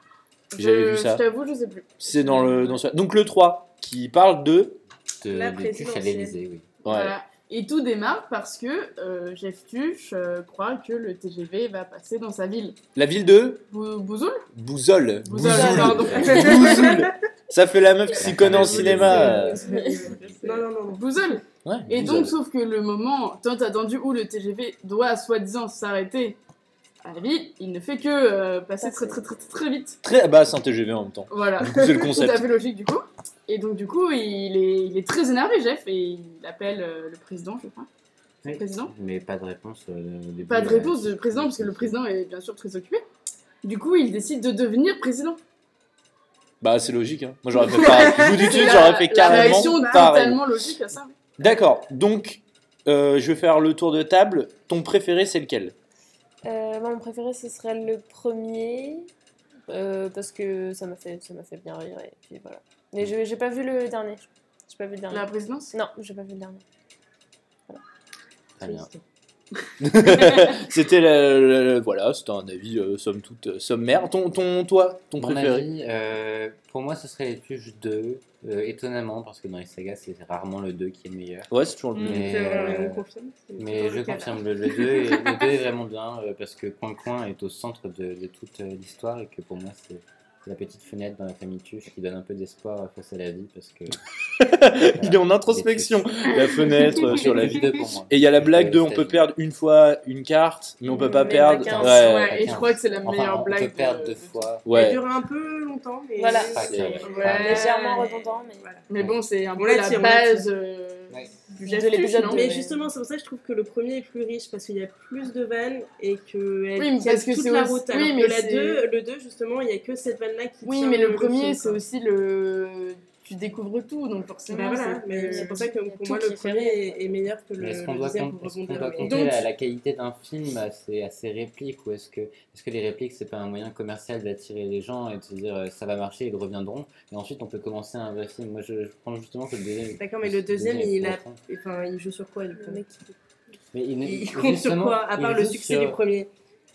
Je- J'avais vu ça. Je t'avoue, je sais plus. C'est dans le dans ce- donc le 3 qui parle de De, La de Tuche à présidentielle. l'Elysée, oui. ouais. Voilà. Et tout démarre parce que euh, Jeff Tuche euh, croit que le TGV va passer dans sa ville. la ville de Bou- Bouzoul Bouzol. Bouzoul, Bouzoul. pardon. Bouzoul. Ça fait la meuf qui s'y connaît en cinéma. Non, non, non. non. Bouzoul Ouais, Et Bouzoul. donc, sauf que le moment tant attendu où le TGV doit soi-disant s'arrêter à la ville, il ne fait que euh, passer très, très très très très vite. Très ah bah, basse en TGV en même temps. Voilà. Du coup, c'est le Ah. Tout à concept. fait logique du coup. Et donc du coup, il est, il est très énervé, Jeff, et il appelle euh, le président, je crois. Oui. Président Mais pas de réponse. euh, au début, Pas de euh, réponse du président, parce que le président est bien sûr très occupé. Du coup, il décide de devenir président. Bah, c'est logique. Hein. Moi, j'aurais fait pareil. Je vous dis tout de C'est suite, la- j'aurais fait La carrément réaction pareil. totalement logique à ça. D'accord. Donc, euh, je vais faire le tour de table. Ton préféré, c'est lequel oui. Euh, moi, mon préféré, ce serait le premier. euh, parce que ça m'a fait, ça m'a fait bien rire. Et puis voilà. Mais je- j'ai pas vu le dernier. J'ai pas vu le dernier. La présidence Non, j'ai pas vu le dernier. Très bien. C'était le, le- le- voilà, c'était un avis euh, somme toute euh, sommaire. Ton, ton, toi, ton Mon préféré. avis, euh, pour moi, ce serait les Tuches 2, euh, étonnamment, parce que dans les sagas, c'est rarement le 2 qui est le meilleur. Ouais, c'est toujours le Mm, même. Mais, c'est vrai, euh, on confirme, c'est Mais toujours je le cas, là. confirme, le, le 2 est, le 2 est vraiment bien euh, parce que Coin Coin est au centre de, de toute euh, l'histoire et que pour moi c'est c'est la petite fenêtre dans la famille Tuche qui donne un peu d'espoir euh, face à la vie parce que Il est en introspection. La fenêtre euh, sur la vie. vie 2 pour moi. Et il y a la blague de Euh, on peut c'est-à-dire- perdre une fois une carte, mais on peut pas Mais perdre. pas quinze. Ouais. Mm. Ouais, et je quinze. crois que c'est la Enfin, meilleure on blague. euh, peut de- perdre deux fois. Elle Ouais. dure un peu longtemps, mais. Voilà. Pas c'est- que- ouais. Ouais. Légèrement redondant, mais. Voilà. Mais bon, c'est un On peu la la tire, on la base tire. euh, Ouais. du Jeff De Tuch, l'épisode non deux. Mais Ouais. justement, c'est pour ça que je trouve que le premier est plus riche parce qu'il y a plus de vannes et que elle Oui, mais tient parce que toute c'est la aussi- route. oui, Alors que mais la c'est- deux- le 2, justement, il n'y a que cette vanne-là qui Oui, tient mais le film, premier, c'est quoi. aussi le. Tu découvres tout, donc forcément. Bah voilà, c'est mais que- c'est pour ça que il y a pour tout moi qui le fait premier rire. est, est meilleur que le, Mais est-ce qu'on le doit, deuxième com- pour est-ce qu'on rebondir. doit mais- compter Donc- la, la qualité d'un film bah, à ses, à ses répliques ou est-ce que, est-ce que les répliques c'est pas un moyen commercial d'attirer les gens et de se dire euh, ça va marcher, ils reviendront et ensuite on peut commencer un vrai film Moi je, je pense justement que le deuxième. D'accord, mais le deuxième, est il pour a- enfants. Enfin, il joue sur quoi le premier Mais il, ne- Il compte sur justement, quoi À il part le joue succès sur- du premier.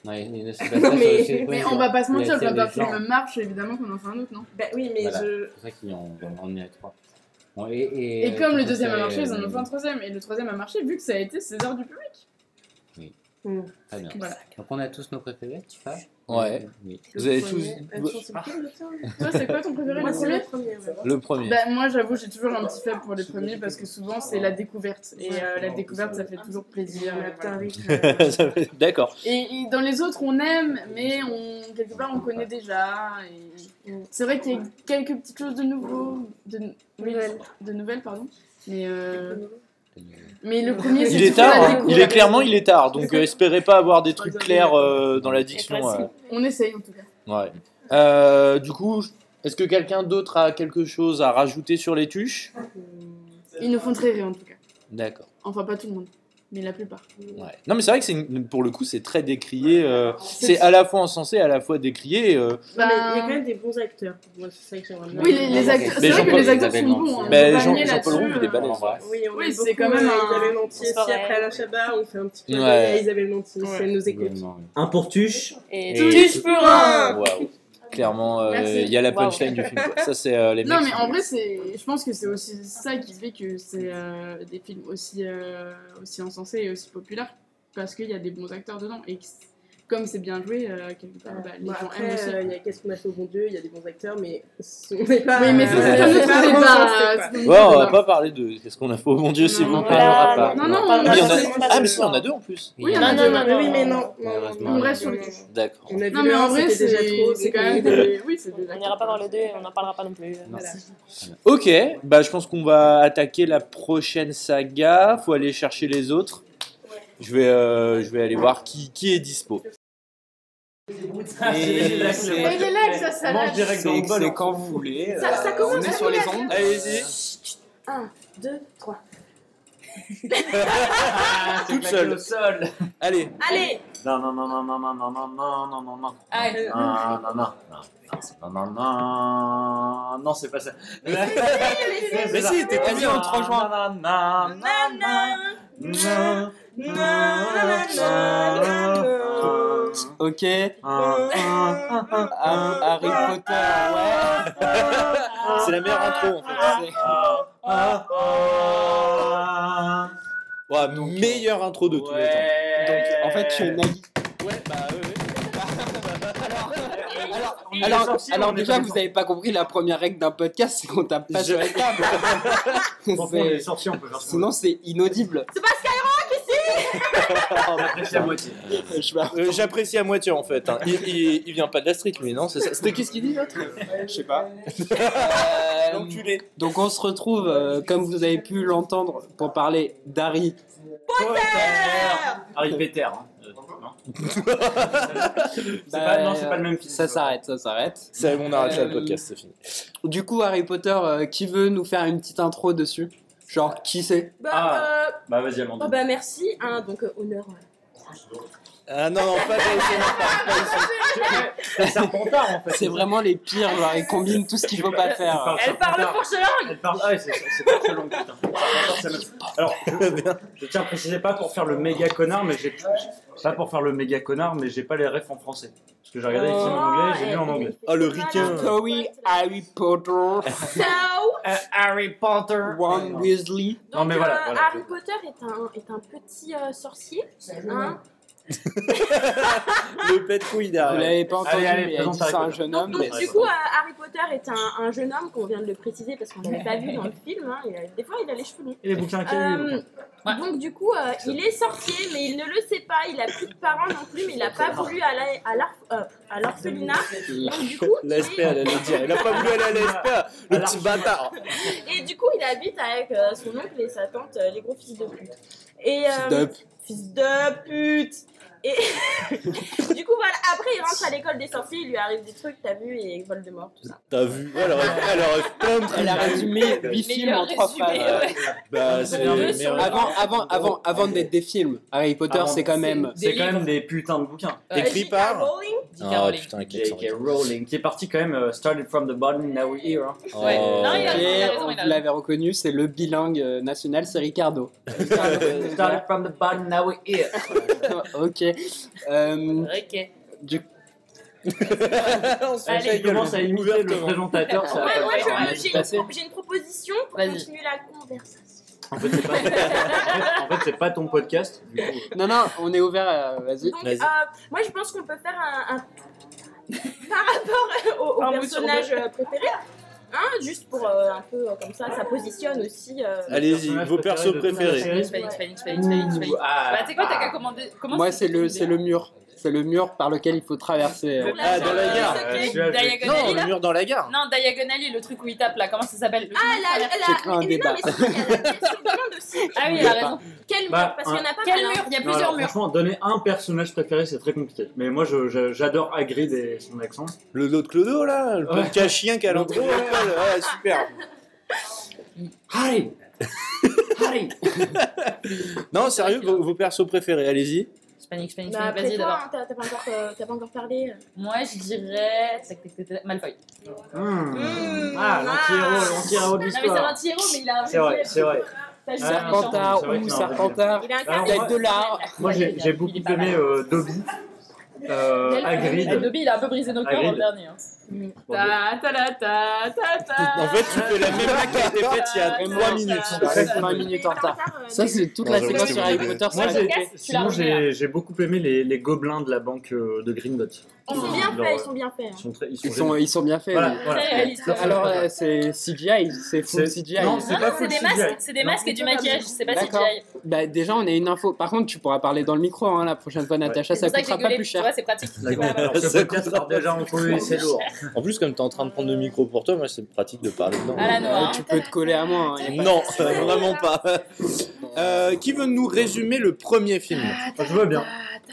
Non, il, il ne se base pas Non, sur le mais- succès du Mais premier. on va pas se Il mentir, attire quand un les gens. film marche, évidemment qu'on en fait un autre, non Bah oui, mais Voilà. je. C'est pour ça qu'ils en on en est à trois. Bon, et, et, Et euh, comme le ton deuxième a préféré, marché, ils en euh, ont fait un troisième. Et le troisième a marché vu que ça a été César du public. Oui. Très bien. Voilà. Donc on a tous nos préférés, tu vois Ouais. Oui. Vous avez premier. Ah, tous- Attends, c'est Ah. lequel, le tien Toi, c'est quoi ton préféré Moi, le c'est le premier premier. ouais. Le premier. bah, moi j'avoue j'ai toujours un petit faible pour les premiers parce que souvent c'est la découverte et euh, la découverte ça fait toujours plaisir Ah, et voilà. putain, oui. D'accord. Et, et dans les autres, on aime, mais on, quelque part, on connaît déjà. et- C'est vrai qu'il y a quelques petites choses de nouveau, de, oui, Nouvelles. de nouvelles, pardon. Mais, euh, T'as mais le premier, c'est Il est toujours la tard, hein. il est découverte. clairement il est tard, donc euh, espérez pas avoir des trucs clairs euh, dans l'addiction. Facile. On essaye en tout cas. Ouais. Euh, du coup, est-ce que quelqu'un d'autre a quelque chose à rajouter sur les tuches Ils nous font très rire en tout cas. D'accord. Enfin, pas tout le monde, mais la plupart. Ouais. Non, mais c'est vrai que c'est une- pour le coup, c'est très décrié. euh, c'est à la fois encensé, à la fois décrié. euh, Non, mais il y a Ben, quand même des bons acteurs. Moi, c'est ça que j'aimerais bien. Oui, les, les Mais acteurs, c'est Jean-Paul- vrai que les acteurs Isabelle sont bons. Nanty. hein. Ben, On va Jean- nier Jean-Paul là-dessus, Roux, il est euh, balèze. Oui, on Oui, aime c'est beaucoup, quand même euh, un- Isabelle Nanty, si Soirée. après Alain Chabat, on fait un petit clin Ouais. d'œil à Isabelle Nanty, si Ouais. elle nous écoute. Également, oui. Un pour tuche. Et Et- touche pour un Waouh. Clairement, euh, Merci. il y a la Waouh. punchline du film. quoi. Ça, c'est euh, les Non, mecs mais qui- en vrai, c'est, je pense que c'est aussi ça qui fait que c'est euh, des films aussi, euh, aussi encensés et aussi populaires parce qu'il y a des bons acteurs dedans et que c'est- comme c'est bien joué, euh, quelque part, bah, les Bon, gens après, aiment aussi. euh, il y a Qu'est-ce qu'on a fait au bon Dieu, il y a des bons acteurs, mais on n'est pas. oui, mais ça, c'est euh, un pas vraiment censé, autre débat. quoi. c'est un Ouais, on autre va débat. pas parler de. Qu'est-ce qu'on a fait au bon Dieu, s'il Non, vous plaît, on voilà. n'aura pas. Non, non, on parle Ah, mais il y en a- pas de ça. Ah, mais si, on a deux en plus. Oui, Non, non, non, Mais non, oui, mais non. non. non, non, Malheureusement, non. hein. On reste sur le D'accord. On a vu Non, le mais un, en vrai, c'était déjà trop, c'est, c'est quand même des. Oui, c'est des On n'ira pas voir le 2 hein. et on n'en parlera pas non plus. Non. Voilà. Ok, bah je pense qu'on va attaquer la prochaine saga. Faut aller chercher les autres. Je vais, euh, je vais aller voir qui, qui est dispo. Et c'est- Relax, ça, ça Mange direct dans le C'est bol. c'est quand vous voulez. Ça- ça euh, commence on est à sur les ondes. Allez-y. 2, 3. Ah, c'est Toute claqué seule. au sol. Allez. Allez Non, non, non, non, non, non, non, non, non, non, non, non. Allez. Ah, non, non, non, non, c'est pas- non, non, non, c'est pas ça. Mais si, t'es pas bien, on te rejoint. Ah. Ok. Harry Potter, ouais. C'est la meilleure intro en fait. Ouais, meilleure intro de tous les temps. Donc, en fait, tu es Nagui. Ouais, bah ouais, Alors, alors, alors déjà, vous n'avez pas compris la première règle d'un podcast, c'est qu'on tape pas sur les tables. On est C'est- sorti, on peut faire ce qu'on Sinon, veut. c'est inaudible. On apprécie la moitié. Je sais pas. Euh, J'apprécie à moitié en fait. hein. Il, il- il vient pas de la street, lui, non c'est ça C'était qu'est-ce qu'il dit l'autre Je sais pas. Ah, Euh, L'enculé. donc, on se retrouve, euh, comme vous avez pu l'entendre, pour parler d'Harry Harry Potter. hein. Euh, non. C'est Bah, pas- Non, c'est pas le même film. Ça s'arrête, ça s'arrête. Ça, on arrête là le Euh, podcast, c'est fini. Du coup, Harry Potter, euh, qui veut nous faire une petite intro dessus Genre, qui c'est Bah, Ah. euh, Bah vas-y, oh, Amandine. bah merci, hein, donc euh, honneur. ouais. Ah non, non, pas C'est un serpentard en fait. C'est vraiment les pires, genre, ils combinent tout ce qu'il faut pas faire. Elle parle fourche langue Elle parle. Ah ouais, c'est c'est fourche langue, putain. Serpentard, c'est la même- Alors, je, je tiens à préciser, pas pour faire le méga connard, mais j'ai. Pas pour faire le méga connard, mais j'ai pas les refs en français. Parce que j'ai regardé les films en anglais, j'ai lu en anglais. Oh, le ricain. Ah Chloe, Harry Potter, So, Harry Potter Ron Weasley. donc, Non, mais voilà, euh, voilà. Harry Potter est un, est un petit euh, sorcier. Hein. le pet couille Vous derrière. l'avez pas entendu, Allez, allez, mais elle dit présente c'est Harry un jeune homme. Donc, Mais... Ouais, du c'est coup, euh, Harry Potter est un, un jeune homme qu'on vient de le préciser parce qu'on l'avait pas vu dans le film. hein, il a- des fois, il a les cheveux longs. Et les bouquins qu'il y a eu, Euh, Donc du coup, euh, il est sorcier, mais il ne le sait pas. Il a plus de parents non plus, mais il n'a pas voulu aller à l'or- euh, à l'orphelinat. Donc du coup, il L'ASPA, est- elle allait dire. Il a pas voulu aller à l'ASPA, le Alors, petit bâtard. et du coup, il habite avec euh, son oncle et sa tante, euh, les gros fils de pute. Et, euh, Dup. Fils de pute Et du coup, voilà. Après, il rentre à l'école des sorciers, il lui arrive des trucs, t'as vu, et Voldemort, tout ça. T'as vu Elle aurait, elle aurait plein de Elle a trucs. résumé Euh, 8 films en 3 résumé, phrases. Bah, c'est Deux mais- sur- Avant, avant, avant, avant d'être des films, Harry Potter, Euh, Avant, c'est quand même. C'est quand même des putains de bouquins. Écrit J.K. par- Rowling. Ah putain, avec l'accent. J.K. Rowling, qui est parti quand même euh, Started from the bottom, now we're here. hein. Oh. Ouais. Non, il Ok, a raison, on il a vous l'avez reconnu, c'est le bilingue euh, national, c'est Ricardo. Started from the bottom, now we're here. ok. Euh, Ok. du On se fait la Elle gueule, commence à imiter le ouvertement. présentateur. ça va Ouais, pas moi, le faire. je- Ouais, j'ai passé. j'ai une proposition pour Vas-y. continuer la conversation. En fait, c'est pas, en fait, c'est pas ton podcast. Du coup, Non, non, on est ouvert. à- Vas-y. Donc, Vas-y. euh, moi, je pense qu'on peut faire un, un- par rapport au, au Un mot sur personnage euh, préféré. Hein, juste pour euh, un peu euh, comme ça, ça positionne aussi. euh, Allez-y, personnage vos persos préféré de toute la préférés. Félix, Félix, Félix, Félix, Félix, Félix. ah. Bah, tu sais quoi, t'as qu'à commander. Comment Moi, c'est le, c'est le mur. C'est le mur par lequel il faut traverser. Le- Ah, dans la gare. secret. Euh, celui-là, je- Diagonally, le là mur dans la gare. Non, Diagonally, le truc où il tape là, comment ça s'appelle Le Ah, truc la, la, qui traverse- C'est un mais débat. Non, mais si, il y a la question de monde aussi. Ah oui, elle a raison. Quel mur Bah, Parce qu'il y en a pas Quel mal, hein. mur Il y a Non, alors, plusieurs murs. Franchement, donner un personnage préféré, c'est très compliqué. Mais moi, je- je- j'adore Hagrid et son accent. Le lot de Clodo, là. Le Ouais. podcast chien qui a l'entrée de l'école. Ouais, super. Harry Harry Non, sérieux, vos, vos persos préférés, allez-y. Spanish, Spanish, Bah, Spanish, après vas-y toi, d'abord. hein, t'as t'as pas, encore, euh, t'as pas encore parlé. Moi, je dirais. tac, tac, tac, tac, Malfoy. Mmh. Ah, l'anti-héros, l'anti-héros de Non, mais c'est un l'histoire. anti-héros, mais il a un C'est vrai, c'est vrai. T'as juste Ah, un méchant. Serpentard c'est vrai ou que c'est un Serpentard. Il a un Alors, carnet. Tête de l'art. Moi, j'ai j'ai beaucoup Il est pas aimé mal. euh, Dobby, euh, Et Hagrid. Dobby, il a un peu brisé nos cœurs Hagrid. en dernier. hein. Ta ta la ta ta Bah, ta. En fait, tu fais la même blague qui a été faite il y a 3 Ah, bah, minutes. Exactement. 20 minutes en retard. Ça, c'est toute Non, la j'avoue, séquence c'est sur Harry mauvais. Potter. Moi, le j'ai- c'est- podcast, tu l'as sinon, remis, là. j'ai j'ai beaucoup aimé les, les gobelins de la banque euh, de Gringotts. Ils sont bien faits, ils sont bien faits. Ils sont très- ils sont Ils sont, géniaux. ils sont bien faits. Voilà, oui. voilà. Très réaliste. Alors, euh, c'est CGI, c'est full C'est- CGI. non, c'est Non, pas non, full c'est des CGI. masques, c'est des Non. masques et du maquillage, c'est pas D'accord. CGI. Bah, déjà, on a une info. Par contre, tu pourras parler dans le micro hein, la prochaine fois, Natacha. C'est Ça pour ça que j'ai coûtera pas gueulé, plus tu cher. vois, c'est pratique. La Voilà. grande- Ça Ce podcast coûtera sort déjà en couille, c'est lourd. En plus, comme t'es en train de prendre le micro pour toi, moi, c'est pratique de parler dedans. À la noix. Tu peux te coller à moi. hein, y a pas- Non, vraiment pas. Euh, qui veut nous résumer le premier film Je vois bien.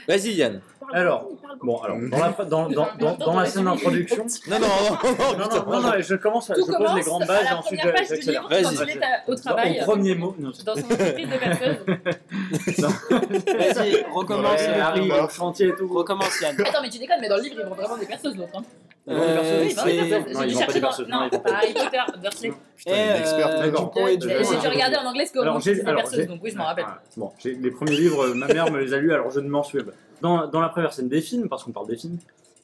Vas-y, Yann. Alors, bon, alors, dans la, dans, dans, dans, dans la scène d'introduction. Non, non, non, non, Non, putain. non, non, non, je commence, à- je Tout pose les commence grandes à bases et la ensuite première page du j'accélère. livre Vas-y. quand il est à- au travail. Au premier mot. non, Dans son esprit de passeuse. Vas-y, recommence, Ouais, Harry. dans le chantier et tout. Recommence, Yann. Attends, mais tu déconnes, mais dans le livre, ils vont vraiment des perceuses, l'autre. hein. Euh, Oui, bah oui, c'est- des perceuses. non, J'ai ils dû vendent pas chercher des dans. perceuses, non, Non, ils vendent pas Harry Potter, Dursley. Eh, Putain, il est expert, euh, d'accord. Dupont et J'ai Dupont. j'ai dû regarder en anglais ce qu'on Alors, dit, j'ai- des alors, perceuses, j'ai- donc oui, je m'en rappelle. Voilà. Bon, j'ai- les premiers livres, euh, ma mère me les a lus, alors je ne m'en souviens pas. Dans, dans la première scène des films, parce qu'on parle des films,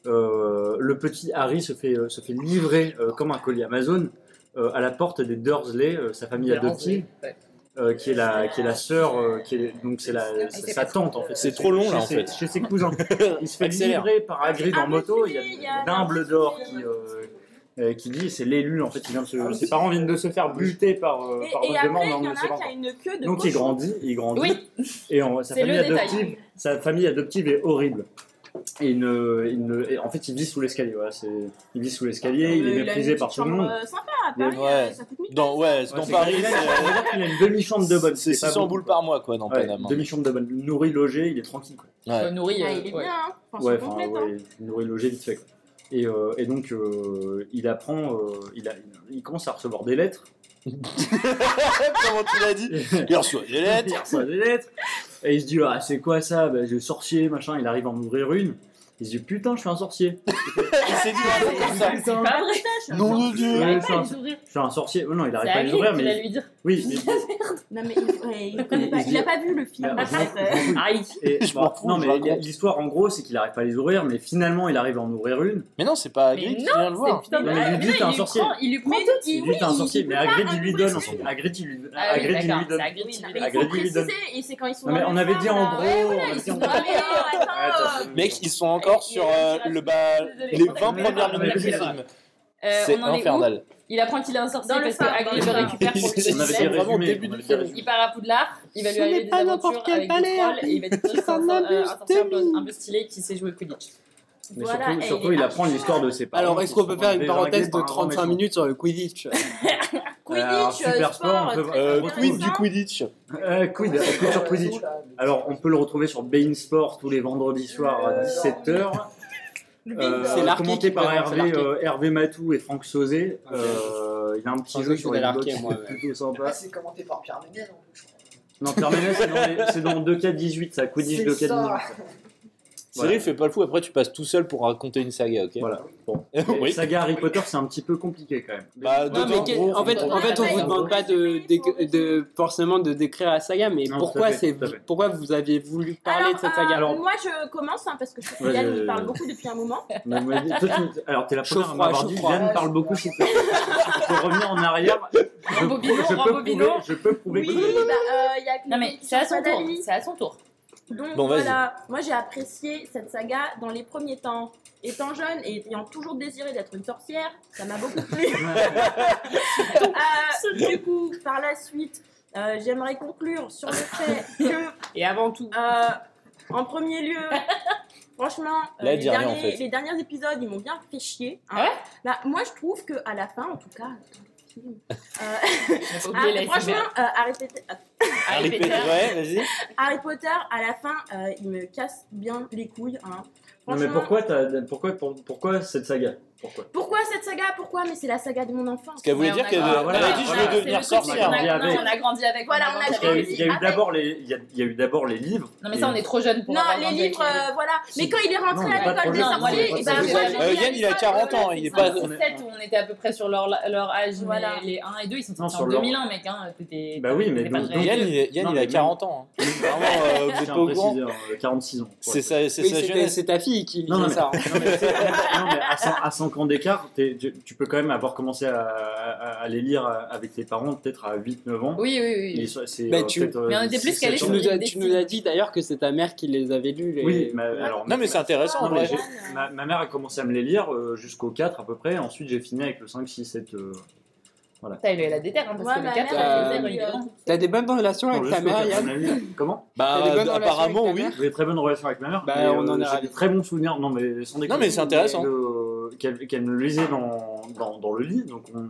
euh, le petit Harry se fait, euh, se fait livrer euh, comme un colis Amazon euh, à la porte des Dursley, euh, sa famille adoptive, Ouais. euh, qui est la qui est la sœur, euh, qui est donc c'est la c'est sa tante en fait. C'est trop long, là, en Chez ses- fait. Chez ses cousins. Il se fait Accélère. livrer par Hagrid Ah, en mais moto. c'est Il lui, y il y a- a d'or qui, euh, euh, qui dit c'est l'élu en fait. il vient de se- ses parents viennent de se faire buter par euh, Ah Et, par et votre demande. après, il on y ne en a sait pas un qui a une queue de donc il cochon. grandit, il grandit. Oui. Et en- sa, C'est famille le détail. adoptive, sa famille adoptive est horrible. Et il ne- il ne- et en fait, il vit sous l'escalier. voilà, c'est- il vit sous l'escalier, il Euh, est a méprisé une par petite tout le chambre, monde. euh, sympa à Mais Paris, ouais. euh, ça coûte mille. Dans, ouais, dans Ouais, Paris, c'est- c'est- euh, Il a une demi-chambre de bonne. c'est pas 600 beaucoup, boules quoi. par mois, quoi, dans Ouais, Paname. hein. demi-chambre de bonne. Nourri, logé, il est tranquille. quoi. Ouais. Nourri, Ah, il est ouais. bien, hein. Enfin, Ouais, c'est enfin, complète, hein. ouais, nourri, logé, vite fait. quoi. Et, euh, et donc, euh, il apprend, euh, il, a- il commence à recevoir des lettres. Comment tu l'as dit Il reçoit des lettres. Il reçoit des lettres. Et il se dit, ah, c'est quoi ça ben, Je sorcier, machin. Il arrive à en ouvrir une. Il se dit, putain, je suis un sorcier. Il s'est dit un truc hein, comme ça. Putain, Pas vrai, Nom je de Dieu. il suis a pas un- le sourire. je suis un sorcier. Oh non, il C'est arrive pas à les Harry ouvrir, qui va mais. lui dire. Oui, mais- Non, mais il- ouais, il Bah, connaît Il pas- se il a dit- pas vu le Bah, film. Alors, je m'en fous, je m'en fous. Harry. Et, Je bah, m'en fous, non, je mais raconte. l'histoire en gros, c'est qu'il arrive pas à les ouvrir, mais finalement, il arrive à en ouvrir une. Mais non, c'est pas Mais Hagrid qui vient le non, voir. c'est putain de. Non, mais il lui dit, non, t'es un il lui sorcier. prend- Il lui prend Mais tout. Il il- lui dit, t'es un oui, sorcier, il mais peut pas Hagrid, il lui donne. ouvrir un son- sorcier. Hagrid, il lui Ah oui, Hagrid, il d'accord, lui donne. c'est Hagrid qui Oui, non, lui mais donne. il Hagrid, faut il lui donne. préciser, et c'est quand ils sont Non, mais dans on le euh, avait phare, dit en là. gros. Ouais, on voilà, avait ils dit en sont gros- dans Non, mais non, attends. Attends, Mec, ils sont encore sur euh, le bas, les 20 premières minutes du film. Euh, C'est on en est où infernal. Il apprend qu'il est un sorcier Dans le parce que phare, Hagrid dans le le phare. récupère pour Ils sont on avait le dit vraiment au résumé, début on du avait dit film. résumé. Il part à Poudlard, il va lui Ce arriver n'est des pas n'importe aventures quel avec des palais, trolls et il va découvrir que c'est un, euh, un sorcier un peu, un peu stylé qui sait jouer au Quidditch. Mais Voilà, surtout, et surtout, il apprend l'histoire de ses parents. Alors, est-ce qui qu'on sont peut faire une désingués parenthèse par de un grand 35 méchant. minutes sur le Quidditch Alors, Quidditch, super sport, euh, sport, on peut- très Euh, intéressant. quid du Quidditch. Euh, quid, euh, quid sur Quidditch. Alors, on peut le retrouver sur Bein Sport tous les vendredis soirs à 17h. Euh, C'est l'archi commenté qui par présente, c'est Hervé, l'archi. euh, Hervé Matou et Franck Sauzé. Euh, il a un petit Franck jeu Sauzé, sur c'est les l'archi, box moi, ouais. plutôt sympa. c'est commenté par Pierre Ménès en plus, je crois. Non, Pierre Ménès, c'est dans les- c'est dans 2K18, ça, Quidditch C'est 2K18. ça. ça. Cyril, fais pas le fou, après tu passes tout seul pour raconter une saga, ok Voilà. Bon. Mais oui. Saga Harry Potter, c'est un petit peu compliqué quand même. Bah, Non, mais d'autant- quel- en fait, en fait, on vous demande pas de, de- de- forcément de décrire la saga, mais Non, pourquoi tout à fait, c'est tout à fait. pourquoi vous aviez voulu parler de cette saga Alors, euh, moi je commence hein, parce que je sais que Ouais, Yann ouais, il ouais. parle beaucoup depuis un moment. Mais moi, toi, tu me- Alors, t'es la première à Chaud-froid, m'avoir dit, chaud-froid. Yann parle beaucoup, s'il te plaît. Je peux revenir en arrière. Je, Rembobinons, je peux rembobinons. prouver, je peux prouver Oui, que- bah, euh, il y a que Non, mais c'est à son pas tour. d'amis. C'est à son tour. Donc Bon, vas-y. voilà, moi j'ai apprécié cette saga dans les premiers temps. Étant jeune et ayant toujours désiré d'être une sorcière, ça m'a beaucoup plu. Euh, du coup, par la suite, euh, j'aimerais conclure sur le fait que Et avant tout. euh, en premier lieu, franchement, euh, Là, les, dis rien, derniers, en fait. les derniers épisodes, ils m'ont bien fait chier. hein. Ah ouais Là, moi, je trouve que à la fin, en tout cas, dans les films, euh, J'ai ah, oublié la franchement, SMR. euh, arrêtez- Harry Potter, ouais, vas-y. Harry Potter, à la fin, euh, il me casse bien les couilles. hein. Non, mais Franchement, pourquoi, t'as- pourquoi, pour- pourquoi cette saga Pourquoi pourquoi cette saga Pourquoi Mais c'est la saga de mon enfance. Ce qu'elle voulait Ouais, on dire, a- qu'elle Ah, elle voilà, a dit je voilà, veux c'est devenir le truc, c'est qu'on sorcière. a- sorcière. non, On a grandi avec. Voilà, on a grandi Il y a eu, avec. il y a eu Avec- d'abord les, il y a- il y a eu d'abord les livres. Non, mais ça, on est trop jeune pour. Non, avoir les grandi livres, avec les- euh, voilà. Mais quand il est rentré Non, on est à pas l'école des trop loin. sorciers, Non, et moi, ben j'ai moi, pas- j'ai Euh, lu Yann, il a l'école, 40 ans, euh, il est pas- c'est ça. Non, on est- c'est sept, on était à peu près sur leur, leur âge, Voilà. mais les 1 et 2, ils sont Non, sortis sur en leur- 2001, mec. Hein. T'étais- Bah oui, mais t'étais pas donc- très donc- Yann, vieux. il, est- Yann, Non, il a mais 40 ans. hein. Vraiment, euh, vous Je êtes tiens pas à au courant. préciser, euh, 46 ans. C'est sa, c'est Oui, sa c'était- jeunesse. c'est ta fille qui Non, non, disait mais- ça. hein. Non, mais c'est- non, mais à 5 ans d'écart, t'es- tu, tu peux quand même avoir commencé à, à- à les lire avec tes parents, peut-être à 8-9 ans. Oui, oui, oui. Il est- c'est, Mais euh, tu- peut-être, euh, mais on était plus 6-7 calés ans. Tu sur- nous as, des tu films. nous as dit d'ailleurs que c'est ta mère qui les avait lus. les- Oui, mais euh, alors. Non, mais c'est intéressant. Non, en mais vrai. j'ai- Ma, ma mère a commencé à me les lire euh, jusqu'au 4 à peu près. Ensuite, j'ai fini avec le 5, 6, 7. euh, Putain, il a la déterre, hein, parce Ouais, bah, que ma le 4, mère, elle elle a faisait, lu, il est euh, grand. T'as des bonnes relations non, avec ta jusqu'au mère, 4, Yann on a eu- Comment Bah, T'as des bonnes relations apparemment, avec ta oui. mère J'ai des très bonnes relations avec ma mère. Bah, mais, euh, on en est j'ai ravis. des très bons souvenirs. Non, mais sans déconner. Non, mais c'est intéressant. de- Qu'elle qu'elle me lisait dans, dans, dans le lit. Donc, on...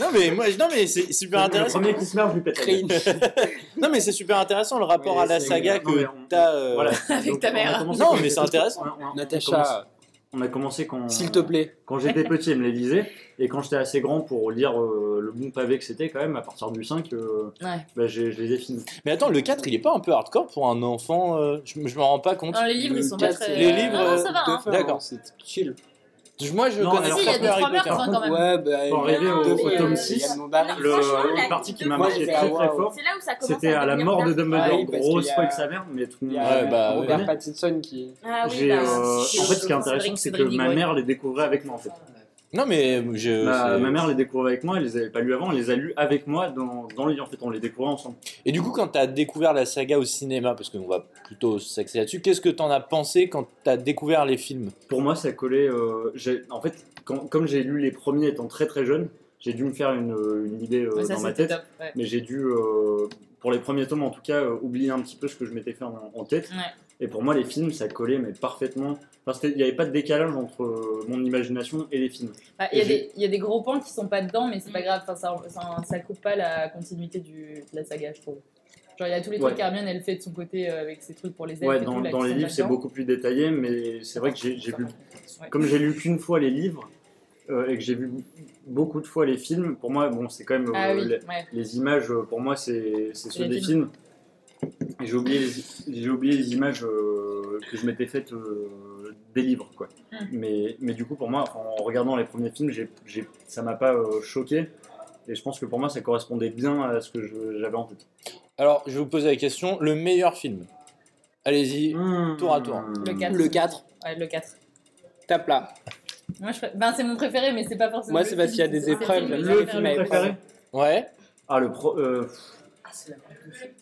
Non, mais, moi, non, mais c'est super le intéressant. premier qui se meurt, je lui pète la gueule. Cringe. Non, mais c'est super intéressant le rapport Oui, à la c'est- saga non, mais que on- t'as. euh, Voilà. Avec Donc, ta on a mère. commencé Non, quand mais j'étais c'est petit. intéressant. On a- on a commencé- Natacha, On a commencé quand. s'il te plaît. Quand j'étais petit, elle me les lisait. Et quand j'étais assez grand pour lire euh, le bon pavé que c'était, quand même, à partir du 5, euh, Ouais. bah, j'ai- je les ai finis. Mais attends, le 4, il est pas un peu hardcore pour un enfant euh, Je, je m'en rends pas compte. Non, les livres, ils sont pas quatre, très. les livres, Non, non, ça va. hein. Deux fois, D'accord. hein, C'est chill. Moi, je Non, connais alors, Si, il y a par deux, contre, trois Harry meurtres Potter, hein, quand même. Ouais, bah, Pour arriver Non, au, au mais, euh, tome il y a 6, mon Non, le, franchement, la une partie qui deux m'a fois, marqué j'étais très à très Wow. fort, C'est là où ça commence. c'était à la devenir mort de dark. Ah Dumbledore. oui, parce Gros qu'il y a- spoil sa mère, mais tout le Il monde. y Ouais, a bah, Robert ouais. Pattinson qui. Ah oui, J'ai, bah, euh, en fait, ce qui est intéressant, Cédric- c'est que Cédric ma Diggory. mère les découvrait avec moi, en fait. Non, mais je. Ma, Euh, c'est- Bah, ma mère les découvrait avec moi, elle les avait pas lues avant, elle les a lues avec moi dans, dans le lit, en fait, on les découvrait ensemble. Et du coup, quand t'as découvert la saga au cinéma, parce qu'on va plutôt s'axer là-dessus, qu'est-ce que t'en as pensé quand t'as découvert les films Pour moi, ça collait. euh, j'ai- en fait, quand- comme j'ai lu les premiers étant très très jeune, j'ai dû me faire une, une idée euh, Ouais, ça, dans ma c'était tête. top, ouais. Mais j'ai dû, euh, pour les premiers tomes en tout cas, euh, oublier un petit peu ce que je m'étais fait en, en tête. Ouais. Et pour moi, les films, ça collait mais parfaitement. Parce qu'il n'y avait pas de décalage entre euh, mon imagination et les films. Bah, Il y, a Et des- il y a des gros pans qui sont pas dedans, mais Mm. c'est pas grave. Enfin, ça, ça, ça coupe pas la continuité du, de la saga, je trouve. Genre, il y a tous les trucs Ouais. qu'Hermione elle fait de son côté euh, avec ses trucs pour les elfes. Ouais, et dans, tout, là, dans qui les sont livres, c'est là-dedans. beaucoup plus détaillé, mais c'est vrai que j'ai j'ai vu Ouais. comme j'ai lu qu'une fois les livres euh, et que j'ai vu beaucoup de fois les films, pour moi, bon, c'est quand même euh, Ah oui, la- ouais. les images, euh, pour moi, c'est c'est ceux Les des films. Et J'ai oublié, les- j'ai oublié les images euh, que je m'étais faites euh, des livres, quoi. Mm. Mais, mais du coup, pour moi, en regardant les premiers films, j'ai j'ai- ça m'a pas euh, choqué. Et je pense que pour moi, ça correspondait bien à ce que je- j'avais en tête. Alors, je vais vous poser la question le meilleur film Allez-y. Mmh. Hmm. Tour à Hmm. tour. Le 4. Hmm. Le 4, Ouais, le 4. tape là. Moi, je... pré- ben, c'est mon préféré, mais c'est pas forcément. Moi, le c'est parce qu'il film, y a des c'est- c'est épreuves, j'aime bien Le Le préféré. film film préféré Ouais. Ah, le pro. euh, Ah,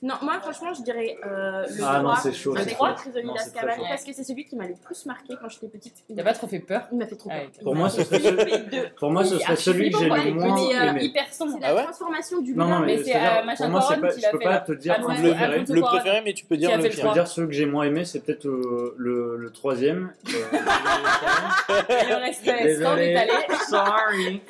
Non, moi franchement, je dirais euh, le Ah non, droit. c'est chaud. Le c'est droit chaud. prisonnier Non, c'est très d'Azkaban, chaud. parce que c'est celui qui m'a le plus marqué quand j'étais petite. Il T'as pas m'a- Ah, trop fait peur il m'a fait trop Ouais. peur. Il Pour m'a moi, ce fait serait celui- flipper de- Pour moi, ce Il est serait celui que archi j'ai flippant, le quoi, moins il est petit, euh, aimé. hyper sombre. C'est la Ah ouais transformation du Non, non, nain. mais, Mais c'est c'est-à-dire, à Machin pour moi, c'est Corone pas, qui je l'a peux fait, pas là. te dire Ah, mon ouais, Le, préféré. raconte le le Coran. préféré, mais tu peux Qui dire a le fait le Je pire. peux dire ceux que j'ai moins aimé, c'est peut-être euh, le, le troisième. Euh, Et le respect, Désolé. sans détaler. Sorry.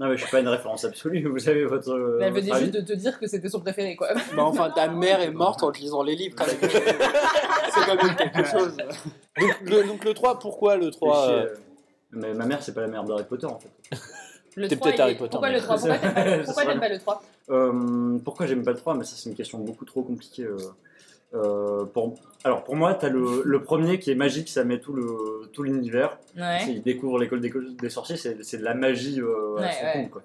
Non mais je suis pas une référence absolue. Vous avez votre. euh, Elle venait votre avis. juste de te dire que c'était son préféré, quoi. Bah, enfin, ta mère est morte en te lisant les livres quand même. c'est quand même quelque chose. Donc le, donc, le 3, pourquoi le 3 Et euh, chez, euh, Mais ma mère, c'est pas la mère d'Harry Potter en fait. Le T'es 3, peut-être il est- Harry Potter, Pourquoi mais- le 3 Pourquoi t'aimes pas- pourquoi C'est t'aimes pas le 3 Euh, pourquoi j'aime pas le 3 Mais ça, c'est une question beaucoup trop compliquée. euh. Euh, euh, pour, alors pour moi, t'as le, le premier qui est magique, ça met tout le tout l'univers. Ouais. Il découvre l'école des, des sorciers, c'est c'est de la magie euh, à Ouais, son ouais. compte, quoi.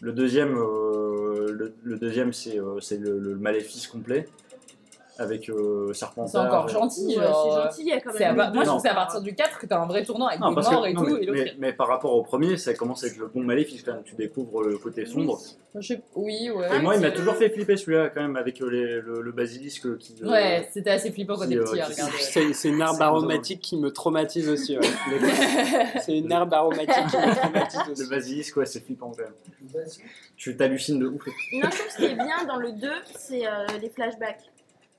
Le deuxième, euh, le, le deuxième, c'est euh, c'est le, le maléfice complet avec euh, Serpentard. C'est encore gentil. Ouais, genre, c'est euh, gentil, il y a quand c'est à même. par- Moi, je trouve Non. que c'est à partir du 4 que t'as un vrai tournant avec Non, des parce que- morts et non, tout. mais, et l'autre, mais- mais par rapport au premier, ça commence avec le bon maléfice quand même. Tu découvres le côté sombre. il- je sais- Oui, ouais. Et moi, il m'a petit toujours fait flipper celui-là quand même avec euh, les- le, le basilisque qui. euh, Ouais, c'était assez flippant quand qui, t'es euh, petit à qui- regarder. C'est c'est une C'est arbre bon. aromatique qui me traumatise aussi. ouais. C'est une arbre aromatique qui me traumatise Le aussi. basilisque, ouais, c'est flippant quand même. Tu t'hallucines de ouf. Non, je trouve que ce qui est bien dans le 2, c'est euh, les flashbacks.